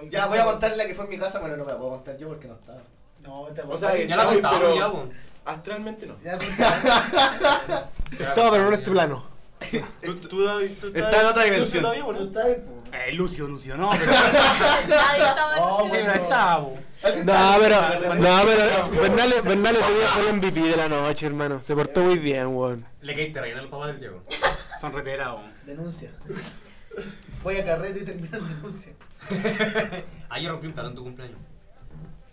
Ay,
Ya voy a contar la que fue en mi casa, pero no me la puedo contar yo porque no estaba.
No, te
O sea,
aguantáis.
Ya la
Ay,
contamos,
pero-
ya, weón.
Astralmente no.
Ya, pues,
Todo, pero no en este plano.
Tú, tú, tú, tú,
Está en otra
tú-
dimensión.
tú todavía,
tú
boludo.
estás, po.
Eh, Lucio, Lucio, no, pero.
Nadie estaba
Oh,
Lucio.
sí, pero estaba, po.
No, pero, no, pero Bernales, Bernales se dio el MVP de la noche, hermano. Se portó muy bien, weón.
Le caíste reír a los papás del Diego.
Son retirados.
Denuncia. Voy a carrete y termino en denuncia.
Ah, yo rompí un plato en tu cumpleaños.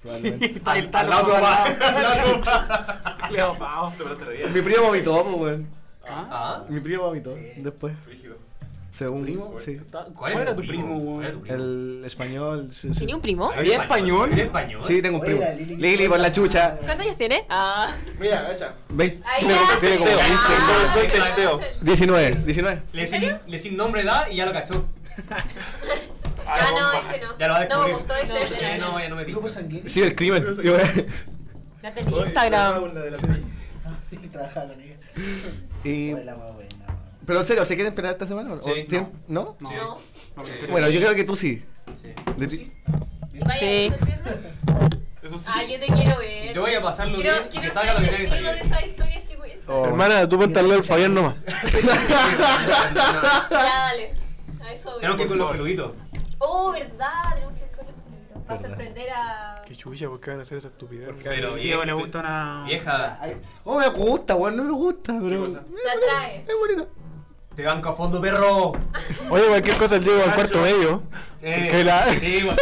Sí, está el
Al lado
talado.
de tu papá.
Leo Pao.
Mi primo vomitó, pues, weón.
Ah,
Mi primo vomitó después. Según. Sí.
¿Cuál era tu primo? ¿Cuál era tu primo?
El español. sí, sí.
¿Tenía un primo?
¿Había español? ¿Había español?
Sí, tengo un primo.
Oiga, Lili,
Lili, por la chucha.
¿Cuántos años tiene? Ah.
Mira, gacha.
Veinte-
Ahí
tiene como-
ya.
tiene como
Ya.
15,
Ah,
entonces,
sí,
testeo. 19, 19.
Le sin, le sin nombre edad y ya lo cachó.
Ya Ah, no, ese no.
Ya lo va a
no me
descubrir.
gustó ese.
Eh, no, ya no me digo. pues, sanguíneo.
Sí, el crimen. eh. Yo-
Ya tenía Instagram.
Ah, sí, trabajaba con ella.
Y,
Hola, más buena.
pero en serio, ¿se quieren esperar esta semana? o- o
Sí,
tienen- ¿No?
No.
No.
no me interesa.
Bueno, yo creo que tú sí.
Sí.
De ti-
¿Y vaya
Sí.
a ir al viernes?
Eso sí.
Ah, yo te quiero ver.
Yo voy a pasarlo
Quiero,
bien.
quiero
que salga lo que
ser
tiene que
testigo de
salir.
esas historias que cuentan.
Oh,
Hermana, tú ponte al lado del Fabián nomás.
Ya, dale. A eso voy.
Tenemos que ir con los peluditos.
Oh, verdad, tenemos que ir con los peluditos. Para sorprender a.
Qué chucha, ¿por qué van a hacer esa estupidez?
Pero
Diego le
vieja-
gusta una.
Vieja,
Ay, No Oh, me gusta, weón, no me gusta, pero.
cosa?
Te atrae.
Es bonito.
te banco a fondo, perro.
Oye, cualquier cosa el Diego al cuarto medio.
Eh,
Que la-
Sí, guapo.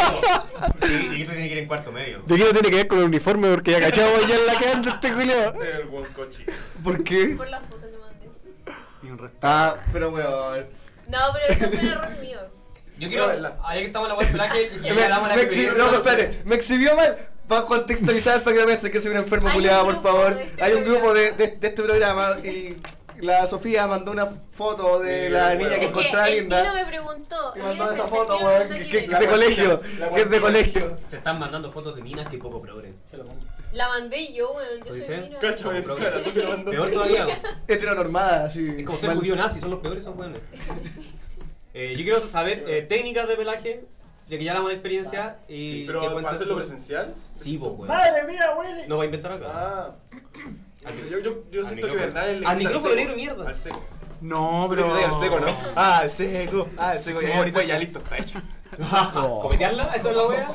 Y y esto tiene que ir en cuarto medio.
¿De qué no tiene que ver con el uniforme? Porque ya cachamos ya en la que anda este culiao.
Era el buen coche.
¿Por qué?
Por las fotos que mandé.
Y un resto.
Ah, pero weón.
No, pero eso fue un error mío.
Yo quiero. Ahí que estamos en la web pelaje y
Me,
ahí hablamos de
me
la
exhibió,
experiencia.
no, espérate, me exhibió mal. Para contextualizar, para que no piensen que soy un enfermo
Hay un
culiado, por
grupo
favor.
de este
Hay un grupo de,
programa.
de- de este programa y la Sofía mandó una foto de la niña que
Es que
encontraba
el Tino
linda.
me preguntó.
Y
en mi
mandó esa
defensa,
foto,
¿qué
weón,
foto
que, que-
quieren?
de colegio.
La
Que es de
guapita.
colegio.
Se están mandando fotos de minas que poco progres.
La mandé yo, weón. Yo
¿Lo
soy
dice?
Tino.
Cacho, eso era la Sofía lo mandó.
Peor todavía. weón.
Heteronormada, así.
Es como ser
mal-
judío nazi, son los peores, son buenos. Eh, yo quiero saber eh, técnicas de pelaje, ya que ya hablamos de experiencia. Y
Sí,
que
pero
cuentes
¿para hacerlo
su-
presencial?
Sí, vos, weón.
¡Madre mía, Willy!
No va a inventar acá.
Ah. Yo, yo, yo
Al
siento que
micrófono.
Bernal le
Al
gusta
micrófono
seco.
negro, mierda.
Al seco.
No,
Pero
pero.
al seco, ¿no? Ah, al seco. Ah, al seco. Y ahí después ya listo, está hecho.
¿Cometearla? ¿Esa es la wea?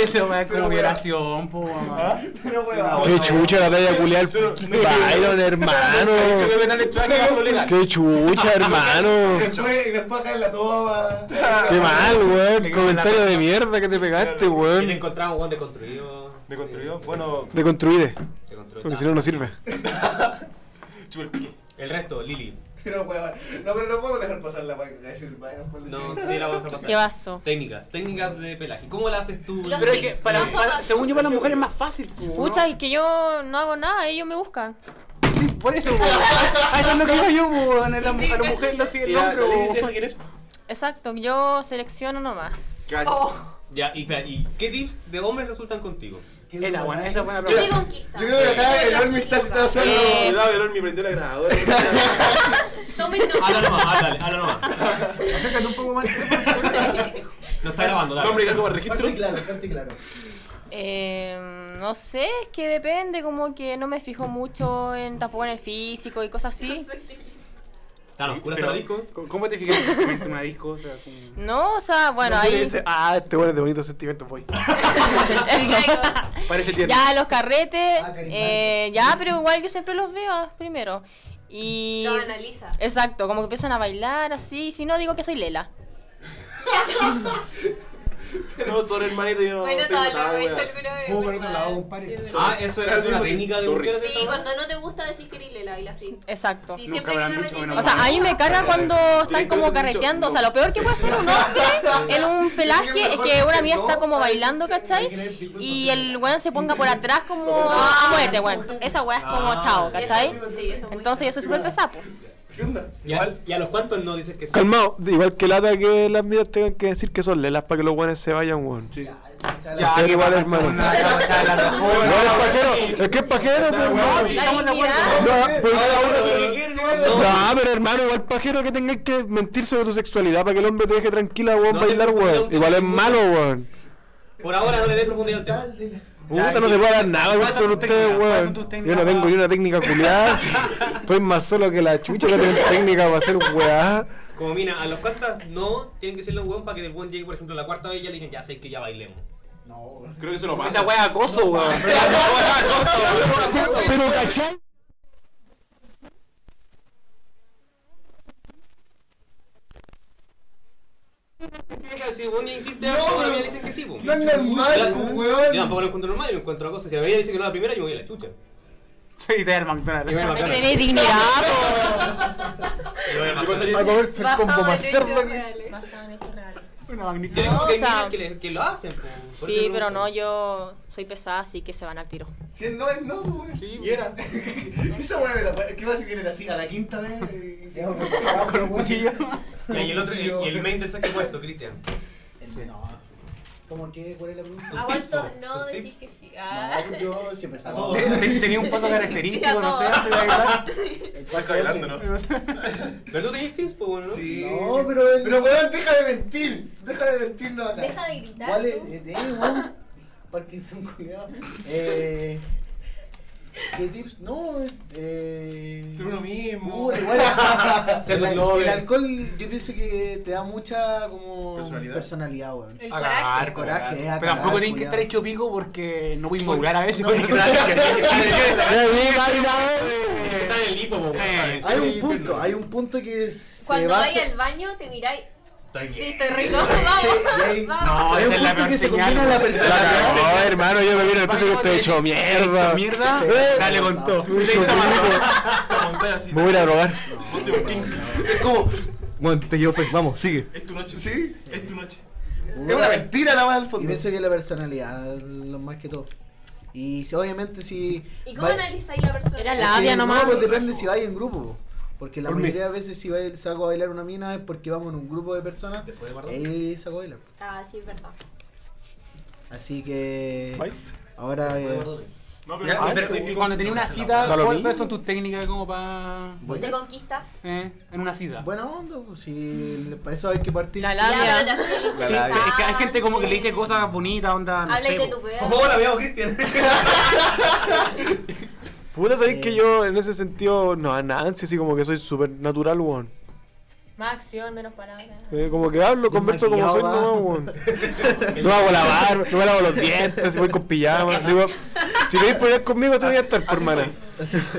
Eso me da como violación, po, mamá.
Pero weón.
Qué chucha la talla culiao al Byron, hermano. Qué chucha, hermano.
Después, y después acá en la toma.
Qué mal, weón. Comentario de mierda que te pegaste,
Y le
weón.
encontramos un weón Eh, deconstruido.
Me construyó. Bueno,
De construir, porque si
Deconstruido.
no, no sirve.
chupa el pique.
El resto, Lili.
Pero weón. No, pero no puedo dejar pasar la paca. Es el baño.
No, sí, la voy a dejar pasar.
¿Qué vaso?
Técnicas, técnicas de pelaje. ¿Cómo la haces tú?
Los
Pero es que,
tips,
para,
¿no?
para- según yo, para las mujeres es más fácil, po, ¿no?
Pucha, es que yo no hago nada, ellos me buscan.
Sí, por eso, po. A eso es lo que yo, yo, po, a la, mu- a la mujer lo sigue
Y
el
la
hombre,
la Lili se
po.
deja querer.
Exacto, yo selecciono nomás.
Ya, y, espera, ¿y qué tips de hombres resultan contigo?
Esa
¿eh?
buena, esa buena
Yo te
pregunta.
conquista.
Yo creo que acá el
Yo
Olmi
soy
está
loca.
citado solo.
Eh.
Cuidado, el Olmi prendió la grabadora.
Tomen
Habla
nota.
nomás, háblale, habla nomás.
Acércate un poco más.
No está grabando, dale.
Nombre y algo para registro.
Fuerte y claro, fuerte y claro.
Eh, no sé, es que depende, como que no me fijo mucho en tampoco en el físico y cosas así.
Está en oscura
Pero,
hasta la disco.
¿cómo- ¿Cómo te fijas que comiste una disco? O sea, como-
No, o sea, bueno,
No, tú le
ahí.
dices, ah, este weón es de bonitos sentimientos, voy.
Eso.
Parece tierno.
Ya, los carretes.
Ah, cariño.
eh, ya, pero igual yo siempre los veo ah, primero. Y.
Lo analiza.
Exacto, como que empiezan a bailar así. y Si no, digo que soy Lela.
No, son hermanito, yo no
Bueno,
tengo
todo lo he
nada,
hecho
wea.
alguna vez.
Vamos por otro lado,
¿verdad?
compadre.
Sí, es
Ah,
verdad.
eso era una técnica de
Sorry.
mujeres. de
Sí,
esta-
cuando no te gusta decís que eres Lela, baila así.
Exacto.
Sí,
Nunca
siempre
me
que
han
la
dicho que
metí-
no.
O sea, a mí me carga cuando están como carreteando. O sea, lo peor que puede hacer un hombre en un pelaje es que una mía está como bailando, ¿cachai? Y el weón se ponga por atrás como. Ah, muévete, weón. Esa weá es como chao, ¿cachai?
Sí, eso es muy
Entonces yo soy súper pesapo.
¿Qué onda?
¿Y a, y a los cuantos no dices que sí?
Calmado, igual que lata que las miras tengan que decir que son lelas para que los weones se vayan, weón.
Ya,
Ah,
Pero
que
igual,
va,
hermano.
una- ya, ya, ya, la-
No, es pajero, es que es pajero, pero
No,
hermano.
sí, estamos de
Ay,
acuerdo.
No, pero-
No,
No, pero hermano, igual pajero que tengas que mentir sobre tu sexualidad para que el hombre te deje tranquila, weón,
No te
bailar,
preocupes,
weón.
aunque
Igual es
te-
malo, weón.
Por ahora no le dé profundidad al tema.
Puta, no se puede dar nada con
¿Cuáles
esto
son
de
tus
ustedes,
técnicas? ¿Cuáles
weón.
son tus
Yo
técnicas
no tengo
para-
ni una técnica culiada. sí. Estoy más solo que la chucha que tengo técnica para hacer weá.
Como mina, a los cuantas no tienen que decirle a un weón para que el weón llegue, por ejemplo, la cuarta vez ya le dicen, ya sé que ya bailemos.
No,
Creo que eso no pasa.
Esa wea es acoso, weón.
Pero cachai.
Si vos ni hiciste algo,
No,
todavía
pero-
dicen que sí, po.
no es normal,
Claro,
po, weón.
Yo tampoco lo encuentro normal, yo lo encuentro acoso. Si la veía dice que no es la primera, yo me voy a la chucha.
Sí, te da el McDonald's.
Y bueno, claro.
Tiene dignidad,
A comerse el combo más cerdo.
Basado en hechos reales.
Una
Yo
magnífica.
digo que hay
o sea-
minas que, le- que lo hacen, po. Por eso
Sí,
me
pero
gusta.
no, yo soy pesada, así que se van al tiro.
Si es no, es no, weón. y era. Esa weá me la- ¿Qué pasa si viene así a la quinta vez? eh, te hago
Con un cuchillo.
Ya, Y el otro, y
Cuchillo.
el main del saque puesto, Cristian.
No. ¿Cómo que? ¿Cuál es la pregunta?
Aguanto no decir que sí. Ah.
No, yo siempre salgo.
Te- te- Tenía un paso
Sí,
característico,
a
no sé,
todo.
antes de bailar.
Estás bailando, ¿no?
Pero tú tenías tips, po, weón, ¿no?
Sí,
No,
sí.
pero el-
Pero weón, deja de mentir. Deja de mentirnos acá.
Deja de gritar.
¿Cuál es?
tú.
Eh, eh, weón. Parkinson, cuidado. Eh, ¿Qué tips? No, eh.
Ser uno mismo.
puta, igual.
Ser
el,
un
al-
noble.
el alcohol, yo pienso que te da mucha como.
Personalidad.
personalidad, weón.
El
A
coraje.
cagar,
El coraje,
coraje.
eh, a
Pero tampoco
cagar,
tienes que
culiao.
estar hecho pico porque no voy a involucrar a veces.
Está en el hipo, po, weón.
Eh,
Está
Hay
en
un
el
punto,
infierno.
hay un punto que se
Cuando
basa.
vaya al baño te miráis.
Está bien.
Sí, estoy rico. Vamos.
Sí, y ahí-
vamos.
No,
hay
esa
un
es la
punto
peor
que se
señal.
combina la
weón.
personalidad.
No, hermano, yo me miro al pico y estoy hecho mierda.
Mierda,
Eh,
dale con todo.
estoy hecho pico.
La montaña así.
Me voy a ir a robar.
Vos te volquín.
Es como. Bueno, te llevo fe, vamos, sigue.
Es tu noche.
Sí.
Es tu noche.
Es una mentira la weá del
Y
fondo.
Pues pienso que la personalidad, lo más que todo. Y si, obviamente si...
¿Y cómo
va-
analizáis la persona?
Era
es
labia
que,
nomás.
No, pues depende si vais en grupo. Porque la
Por mí.
mayoría de veces si vais, saco a bailar una mina es porque vamos en un grupo de personas.
Después de Bardot.
Ahí saco a bailar.
Ah, sí, es verdad.
Así que...
Bye.
Ahora... eh,
No, pero
Ya,
no,
pero
específico.
Ah, cuando tenía una cita,
Da lo
¿cuáles
mismo.
son tus técnicas como para.
¿De conquista?
en una cita?
buena onda, pues si le- para eso hay que partir.
La
Ya,
labia.
pero te hacéis
Sí,
interesante.
es que hay gente como que le dice cosas bonitas, onda. No sé,
Habláis de
po.
tu pedo.
Hola, veamos, Cristian.
Puta, sabéis
Eh.
que yo en ese sentido, no, a Nancy, así como que soy súper natural, weón.
Más acción, menos palabras.
Eh, como que hablo, converso como soy,
Desmaquillado,
no, weón. No me hago lavar, no me lavo los dientes, voy con pijama. Digo, si queréis pelear conmigo, te voy a estar, por hermana.
Así es.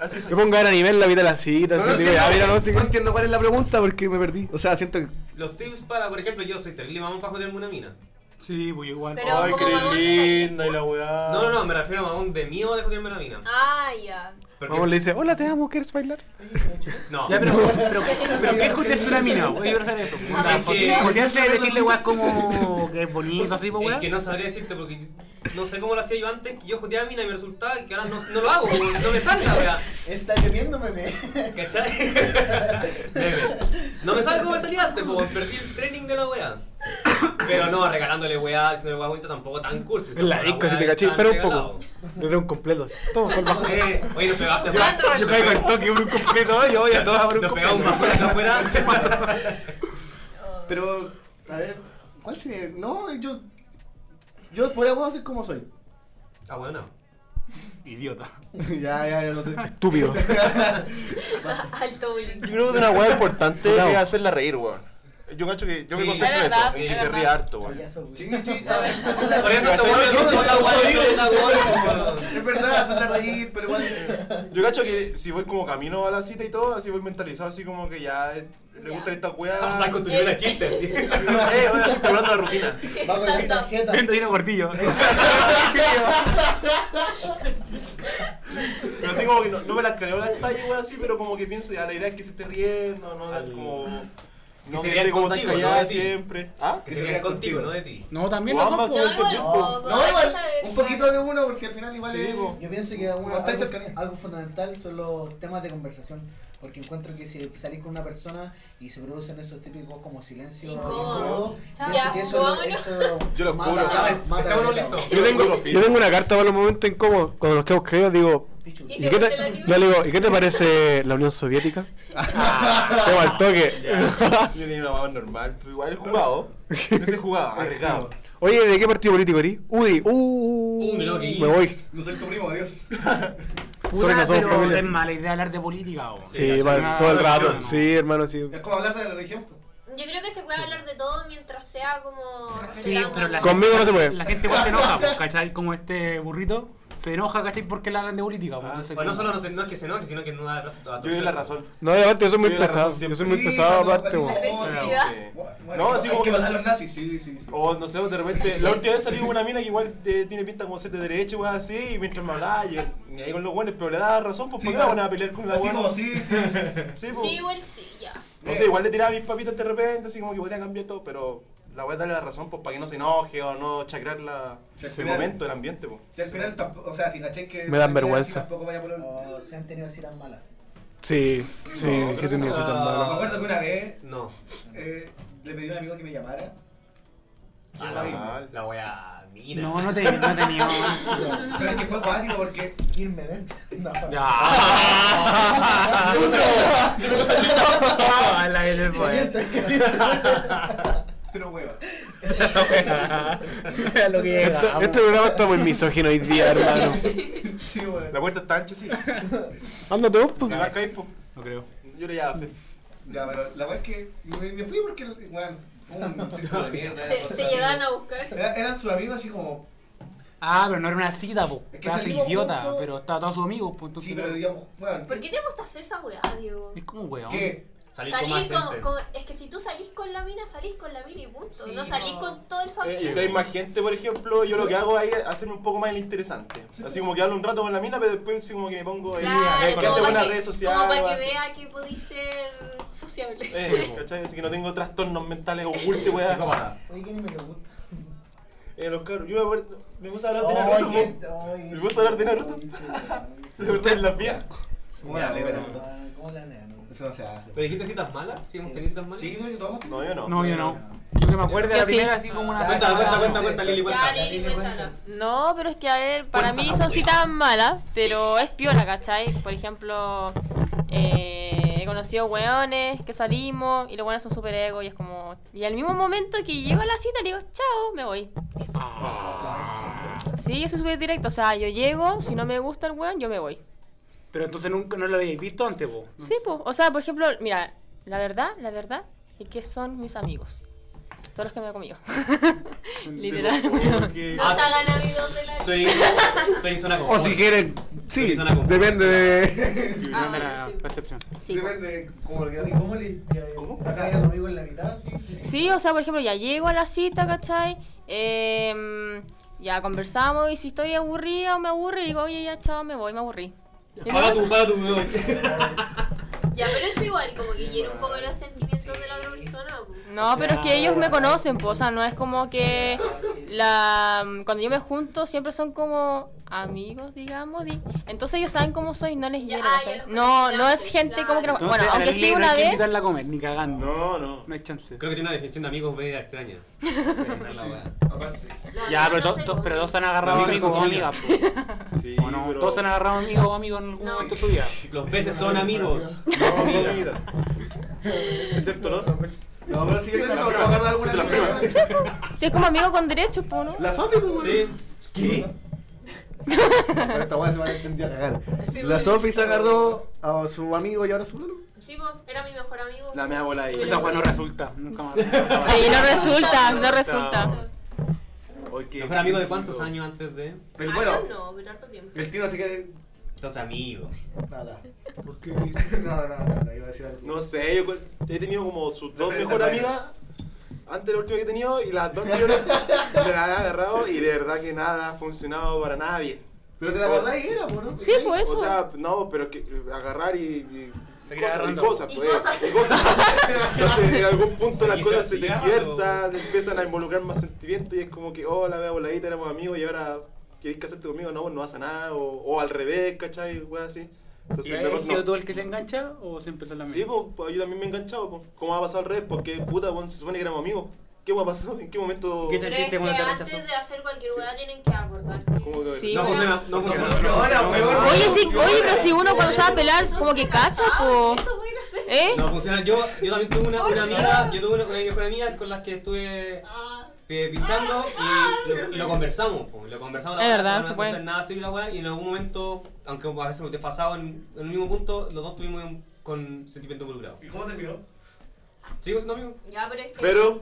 Así soy.
Me pongo a nivel la vida de la cita,
No,
así,
no
digo,
entiendo-
ya, mira, no, sí.
no entiendo cuál es la pregunta porque me perdí. O sea, siento que.
Los tips para, por ejemplo, yo soy terrible, vamos para joderme una mina.
Sí, pues yo igual.
Pero-
Ay,
como mamón,
qué linda y la
Ah.
weá.
No, no, no, me refiero a un de miedo de joderme una mina.
Ah, ya.
Porque-
Vamos, le dice, hola, te amo, ¿quieres bailar?
No,
Ya, pero, pero, pero ¿qué es jotearse una mina? Voy a hacer eso.
Ah,
Onda,
porque-
Jotearse es decirle weas como que es bonito, así, pues
es
weas.
que no sabría decirte porque yo- no sé cómo lo hacía yo antes, que yo joteaba a mina y me resultaba y que ahora no, no lo hago, porque no me salga, weá.
Está lloviendo, meme.
¿Cachai? Meme. no me salgo como me salía antes, po, perdí el training de la weá. Pero no, regalándole weá, diciendo weá bonito tampoco tan curso.
En la disco, si te caché, espera un poco. Le traigo un completo. Toma, por bajo.
Eh, oye, nos pegaste.
Yo caigo el toque, un completo, yo voy a todas por un
Nos pegamos
completo.
más fuera, más fuera.
Pero, a ver, ¿cuál sería? No, yo. Yo fuera voy a ser como soy.
Ah, bueno.
Idiota.
ya, ya, ya lo sé.
Estúpido.
Alto bullying.
Yo creo que una weá importante
Bravo.
es hacerla reír, weón. Yo cacho que yo me
Sí.
concentro en
Es
eso, en
verdad, sí,
que
es
se
verdad.
ría harto, weón.
Payaso, güey. Hacerla
Por eso te
Yo-
vuelves
yo-
con la
yo-
weá,
yo-
con la weá, po.
Es verdad, hacerla reír, pero igual.
Yo cacho que si voy como camino a la cita y todo, así voy mentalizado, así como que ya eh, le
Ya.
gustan estas
Ah,
weas.
la continuidad de chistes.
Eh, voy así curando la rutina.
Va con mi tarjeta.
Vendo vino gordillo.
Pero así como que no, no me las creo las tallas, weón, así, pero como que pienso ya, la idea es que se esté riendo, no
Al-
como.
que
No
se
que
rían
esté como tan
contigo, no
callada
de ti.
siempre. ¿Ah?
Que se rían contigo, no de ti.
No, también
O
lo
ambas,
dos,
No,
pues.
pues.
igual
yo-
tampoco,
No,
hay que
igual,
saber
un poquito de uno, porque si al final igual
Sí,
es.
po.
Yo pienso que alguna-
Está
algo,
cercanía.
algo fundamental son los temas de conversación, porque encuentro que si salís con una persona y se producen esos típicos como silencio
Incómodo. Chao.
pienso
Ya,
que eso,
vámonos.
eso
Yo los
mata-
cubro.
A ver,
mata
empecémonos
caleta,
listo.
Yo tengo, yo tengo una carta para los momentos incómodos. Cuando los quedo creídos, digo,
pichu.
¿Y te
¿y qué
gusta el
te,
anime?
no, le digo, ¿y qué te parece la Unión Soviética?
Ah,
Te va al toque.
Yo tenía una más normal, pero igual he jugado. No se jugaba, arriesgado.
Oye, ¿de qué partido político eres? UDI.
Uh, me lo que
Me voy.
No soy tu primo, adiós.
Sorry,
Puta,
no somos
pero
familia.
es mala idea hablar de política, bo.
Sí, vale,
No,
Ah,
todo el
no,
rato.
no, no.
Sí, hermano, sí.
Es como hablar de la religión. pues.
Yo creo que se puede hablar de todo mientras sea como.
Sí, pero la
Conmigo no se puede.
La gente igual se enoja, po, ¿cachai? Como este burrito se enoja, ¿cachai? Porque le hablan de política. po. Entonces,
Ah, Bueno, no
como-
solo no, se- no es que se enoje, sino que no da abrazo a toda
Yo doy la razón.
No, y aparte, yo soy muy
Yo la razón
pesado. Yo soy
siempre.
muy
Sí,
pesado,
cuando-
aparte, weón.
"Oh,
No, así como
que
que Oh,
pasar
no
los nazis, sí, sí. sí.
O no sé, de repente, la última vez salió una mina que igual eh, tiene pinta como ser de derecho, weón, así, y mientras me hablaba, yo, ni ahí con los buenos, pero le daba razón, pues,
Sí,
¿por qué
claro.
van a pelear con la
Así
buena?
como, sí, sí, sí.
Sí, pues.
Sí, igual sí, ya.
No sé, igual le tiraba mis papitas de repente, así como que podría cambiar todo, pero la voy a darle la razón, pues, para que no se enoje o no chacrar la,
Sí, al
el
final-
momento, el ambiente, pues.
Si al final tampoco, o sea, si caché que.
Me dan vergüenza.
Tampoco vaya por
Oh.
O se han tenido citas malas.
Sí, sí, que tenía eso tan
Me
Ah,
malo.
acuerdo que una vez.
No.
eh, le pedí a un amigo que me llamara.
Ah,
Lo mismo.
la, la wea mina.
No, no te- no tenía.
Pero es que fue válido porque. Irme dentro. No.
Ah, la que se fue.
Pero hueva.
Mira lo que llega.
Esto- Este programa está muy misógino hoy día, hermano.
Sí, bueno.
La puerta está ancha, sí.
Ándate vos, pues.
Me marca ahí, pues.
No creo.
Yo le llamaba a Fer.
Ya, pero la verdad es que me, me fui porque, bueno, fue un círculo de mierda.
Se,
cosas,
se llegan
amigo.
a buscar.
Era- eran sus amigos así como.
Ah, pero no era una cita, po.
que
Estaba su
salimos
idiota,
juntos.
pero estaba todos sus amigos, po. Entonces,
Sí, pero digamos, bueno.
¿Por qué te gusta hacer esa weá, Diego?
es como weón.
¿Qué?
Salir con más
Salís con,
gente.
con- Es que si tú salís con la mina, salís con la mina y punto.
Sí,
no salís
no.
con todo el
Eh, y
familia.
si hay más gente, por ejemplo, yo lo que hago ahí es hacerme un poco más el interesante. Así como que hablo un rato con la mina, pero después sí como que me pongo... eh,
Claro,
es que
como
hace
para
buenas
que-
redes
Como
sociales.
para que
así.
vea que podís ser sociable.
Eh, ¿cachai? Así que no tengo trastornos mentales ocultos, weá.
Psicópata.
Oye, ¿quién me lo gusta?
Eh, los cabros, yo me acuerdo, me puse a hablar de Naruto, po. me puse a hablar de Naruto. De verdad, en las vías.
¿Cómo la leo, pero-
¿Cómo la lean?
Eso no se hace.
¿Pero dijiste citas malas? ¿Sí hemos tenido citas malas?
Sí, no, yo tomo.
No, yo no.
No, yo no. Yo que me acuerdo de la
Yo sí.
primera, así como una.
Ah, Cuenta, cuenta, cuenta, cuenta, Lili,
Ya,
cuenta.
Lili, cuéntala.
No, pero es que a ver, para mí son citas malas, pero es piola, ¿cachai? Por ejemplo, eh, he conocido weones que salimos y los weones son súper ego y es como. Y al mismo momento que llego a la cita, le digo, chao, me voy.
pues.
Eso.
Ah.
Sí, yo soy súper directo, o sea, yo llego, si no me gusta el weón, yo me voy.
Pero entonces nunca no lo habéis visto antes, po.
Sí, po. o sea, por ejemplo, mira, la verdad, la verdad es que son mis amigos. Todos los que me he comido. Literal.
Porque-
No se hagan amigos de la
Ah, Tú eres, tú eres una
Oh,
O si quieren, sí,
Persona con-
depende de.
Ah,
No era
sí.
percepción.
Sí, po.
Depende de cómo lo
¿Y
quieras.
cómo le acá hay amigo en la mitad? Sí,
Sí, o sea, por ejemplo, ya llego a la cita, ¿cachai? Em, ya conversamos y si estoy aburrida o me aburre, digo, oye, ya, chao, me voy, me aburrí. Y
Paga
no-
tu, paga tu, me voy.
Ya, pero es igual, como que hiere un poco los sentimientos de la otra persona. po.
No, pero es que ellos me conocen, po, o sea, no es como que la cuando yo me junto siempre son como amigos, digamos, di- entonces ellos saben cómo soy, no les
Ya,
hiero,
ah,
¿cachai?
ya los
No, no es
conocí,
gente como que no,
claro.
bueno,
a la
aunque
Lili
sí
no
una
hay que
vez,
invitarla a comer, ni cagando.
No, no.
No hay chance.
Creo que tiene una definición de amigos media extraña.
Aparte.
No,
Ya,
no,
pero
no
to-
sé
to-
cómo.
pero todos han agarrado
Los amigos
amigos o
son
amigas.
Sí,
po. ¿O no?
pero-
Todos han agarrado amigos o amigos en algún
No.
momento de su vida.
Los peces son amigos.
No, no, mira. Excepto los...
No, pero si yo tengo que pagar de alguna
Las
manera.
primas.
si es como amigo con derechos, po, ¿no?
La Sofi, pues,
Sí.
¿Qué? Esta weá se va a entender a cagar. La Sofi se agarró a su amigo y ahora su lolo.
Sí, po, era mi mejor amigo.
La mea bola ahí.
Esa weá no resulta. Nunca más.
Sí, no resulta, no resulta.
Oye,
¿Mejor amigo de cuántos años antes de...?
Pero
Años
bueno,
Ah, no, pero harto tiempo.
el tío así que.
Entonces, amigos.
Nada. ¿Por qué? No, no, no, no, iba a decir algo.
No sé, yo con- he tenido como sus dos
Referente
mejores
a Ryan.
amigas. Antes de la última que he tenido y las dos anteriores me las he agarrado y de verdad que nada ha funcionado para nada bien.
Pero te la verdad y era, po, ¿no?
Sí,
Ahí.
pues.
O
Eso.
sea, no, pero que eh, agarrar y. y
Seguir
cosas,
agarrando.
Y cosas,
Y
pues,
cosas.
y cosas. Entonces, en algún punto las
Seguir
cosas se
castigando.
tergiversan, empiezan a involucrar más sentimientos y es como que, oh, la vea voladita, éramos amigos y ahora querés casarte conmigo, no, no vas a nada, o, o al revés, ¿cachai? Weas así.
¿Y
Entonces,
has
mejor
sido
no.
tú el que se engancha o siempre son las
Sí,
mismas?
pues, pues, yo también me he enganchado, pues. ¿Cómo ha pasado al revés? Porque, puta, pues, se supone que éramos amigos. ¿Qué hueá pasó? ¿En qué momento?
¿Qué
Pero
sentiste
es que
cuando te
antes
rechazó?
de hacer cualquier weá tienen que acordarte.
¿Cómo que-
Sí,
No
bueno.
funciona, no funciona.
Ahora, weón.
Oye, sí, oye, pero si uno cuando sabe pelar, como que cacha, po.
Eso voy a hacer.
¿Eh?
No funciona. Yo, yo también tuve una, una amiga, yo tuve una, una mejor amiga con las que estuve eh, pinchando y lo, lo conversamos, po, lo conversamos. la
Ah,
weá,
Es verdad,
no
se
nos
puede.
hacer nada serio la weá, y en algún momento, aunque a veces hemos desfasado en, en el mismo punto, los dos tuvimos un- con sentimiento involucrado. ¿Y cómo terminó? Seguimos siendo amigos.
Ya, pero es que.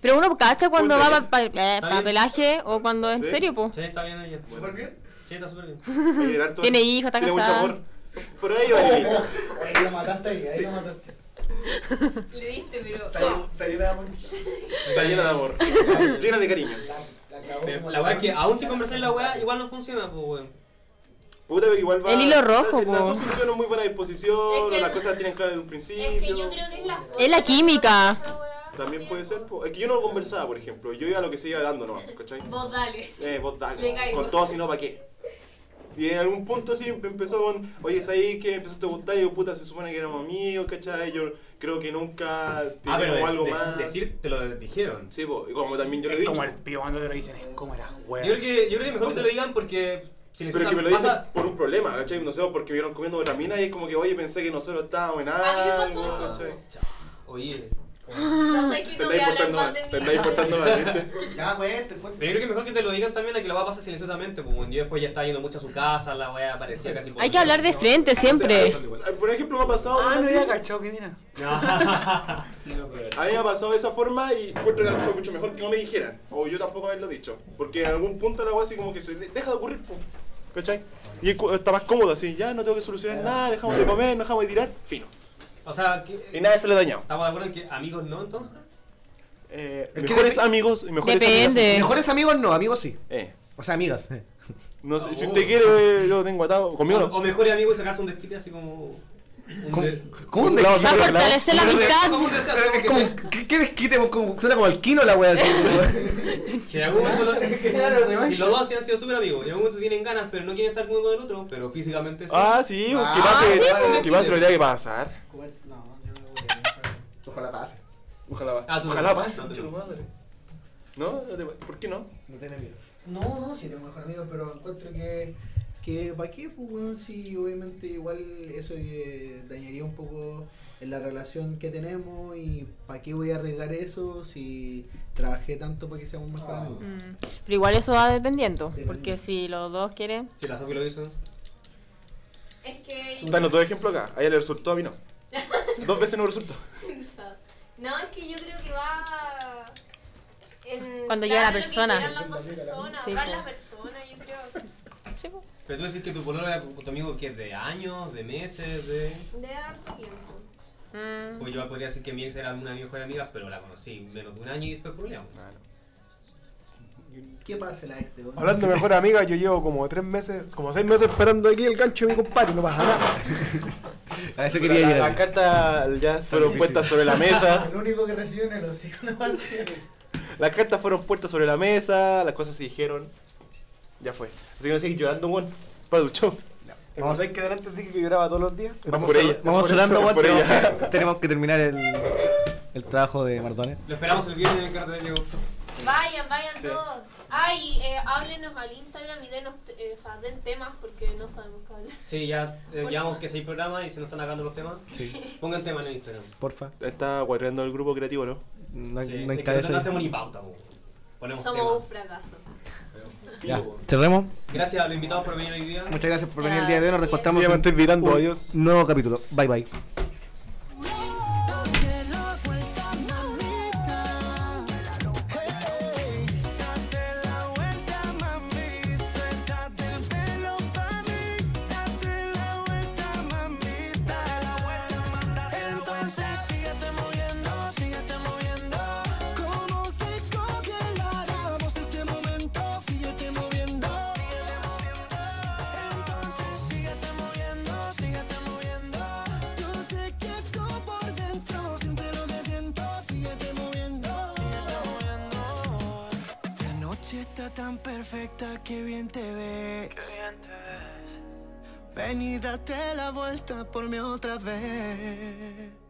Pero uno cacha cuando va
Puta,
para
Está bien.
pelaje o cuando en
Sí.
serio, po.
Sí, está bien ella. ¿Súper bien? Sí, está súper bien.
eh,
Tiene hijo, está casada.
Por ahí va el
Oh, oh, Ahí la mataste, ahí, ahí la mataste.
Le diste, pero.
Está llena de munición.
Está llena de amor. llena de cariño.
Pero La weá es que aún si conversáis la weá, igual no funciona, pues weón.
Puta, pero igual va.
El hilo rojo,
La
po.
Sofi tiene muy buena disposición, las cosas las tienen claras desde un principio.
Es que yo creo que es la
Es la química.
También puede ser, po. Es que yo no conversaba, por ejemplo. Yo iba a lo que se iba dando nomás, ¿cachai?
Vos dale.
Eh, vos dale.
Le caigo.
Con todo, si no, ¿para qué? Y en algún punto sí empe- empezó con, oye, es ahí que empezaste a gustar y yo, puta, se supone que éramos amigos, ¿cachai? Yo creo que nunca
Ah, pero
teníamos
es-
algo
de-
más.
decir, te lo dijeron.
Sí, po. y como también yo lo he
Es
dicho.
como el pío cuando te lo dicen, es como la
Yo
wea.
creo que, yo creo que mejor
O
que se
sea,
lo digan porque si les
Pero es que me lo dicen
pasa,
por un problema, ¿cachai? No sé, porque me vieron comiendo otra mina y es como que, oye, pensé que nosotros estábamos en
Ah,
algo, ¿cachai?
Oye. Ah.
No sé quién
Te
no voy
andáis
a hablar
portando
más
mal,
de mí.
te andáis portando mal, ¿viste?
Ya, güey, te cuento.
Pero yo creo que mejor que te lo digan también a que la va a pasar silenciosamente, pues bueno, yo después ya estaba yendo mucho a su casa, la weá aparecía casi por
Hay que hablar de frente siempre.
Eh, Por ejemplo, me ha pasado.
Ah, no
así.
había cachado que mira.
A mí me ha pasado de esa forma y encuentro que fue mucho mejor que no me dijeran. O yo tampoco haberlo dicho. Porque en algún punto la weá así como que se de- deja de ocurrir, po. ¿cachai? Y cu- está más cómodo así, ya no tengo que solucionar nada, dejamos de comer, no dejamos de tirar, fino.
O sea, que-
Y nada se le ha dañado.
¿estamos de acuerdo en que amigos no entonces?
Eh,
que
mejores
depe-
amigos y mejores amigas.
Eh, Mejores amigos no, amigos sí.
Eh,
O sea, amigas.
no sé, si usted quiere, eh, yo lo tengo atado. Conmigo
O,
no.
o mejores amigos y sacarse un desquite así como. Un
eh,
de-
¿Cómo un
Claro,
desquite?
sí, claro.
Fortalecer la amistad.
como un deseo,
Eh,
Pero
como
es
que
como-
te-
¿qué, qué desquite? Como- como- suena como el kino la wea. así, güey.
Si en algún momento los,
Claro, revancha.
si los dos han sido súper amigos, en algún momento tienen ganas, pero no quieren estar uno con el otro, pero físicamente sí.
Ah, sí,
Ah,
que pase,
sí,
pues.
que pase lo que tenga que pasar.
Ojalá pase.
Ojalá pase.
Ah, tú-
Ojalá pase.
no, tú-
chuta madre. No, no te- ¿por qué no?
No tiene miedo. No, no, sí tengo mejor amigos, pero encuentro que. que ¿Para qué? Pues, weón, si obviamente igual eso eh, dañaría un poco en la relación que tenemos y ¿para qué voy a arriesgar eso si trabajé tanto para que seamos mejor amigos?
Mm, Pero igual eso va dependiendo. Porque
Dependiendo.
si los dos quieren.
Si la Sofi lo hizo.
Es que.
Danos dos ejemplos acá. A ella le resultó, a mí no. Dos veces no me resultó.
No, es que yo creo que va. en-
Cuando llega la
claro, lo que
persona.
quieran las dos personas,
Sí,
van
po.
las personas, yo creo.
Sí, po.
Pero tú decís que tu pololo era con con tu amigo que es de años, de meses, de.
De harto tiempo.
Mm,
Pues yo podría decir que mi ex era una de mis mejores amigas, pero la conocí menos de un año y después problemas.
Ah.
¿Qué pasa la ex de vos?
Hablando de mejor amiga, yo llevo como tres meses, como seis meses esperando aquí el gancho de mi compadre, no pasa nada.
A eso
La-
quería
Las
llegar.
cartas ya fueron
difícil.
puestas sobre la mesa.
El único que recibe en el hocico no va a ser
Las cartas fueron puestas sobre la mesa, las cosas se dijeron. Ya fue. Así que no sigas llorando, weón. Para tu show.
Vamos a ver que delante dije que lloraba todos los días.
Vamos
por
a-
ella.
vamos
Por
cerrando,
eso.
weón. Por
tenemos,
ella.
que, tenemos que terminar el, el trabajo de Mardones.
Lo esperamos el viernes en el cartel de Diego.
Vayan, vayan
Sí.
todos. Ay, eh, háblenos al Instagram y denos, eh, o sea, den temas porque no sabemos qué hablar.
Sí, ya eh, llevamos que seis programas y se nos están acabando los temas. Pongan temas en Instagram.
Porfa.
Está guarreando el grupo creativo, ¿no?
No,
Sí.
no
es que no,
encabeza.
no hacemos ni pauta, po. ponemos
Somos
temas.
un fracaso.
Ya. Cerremos.
Gracias a los invitados por venir hoy día.
Muchas gracias por venir
Ya.
el día de hoy. Nos descontamos
Ya me estoy virando,
un
adiós.
nuevo capítulo. Bye bye.
este
Ven y date la vuelta por mí otra vez.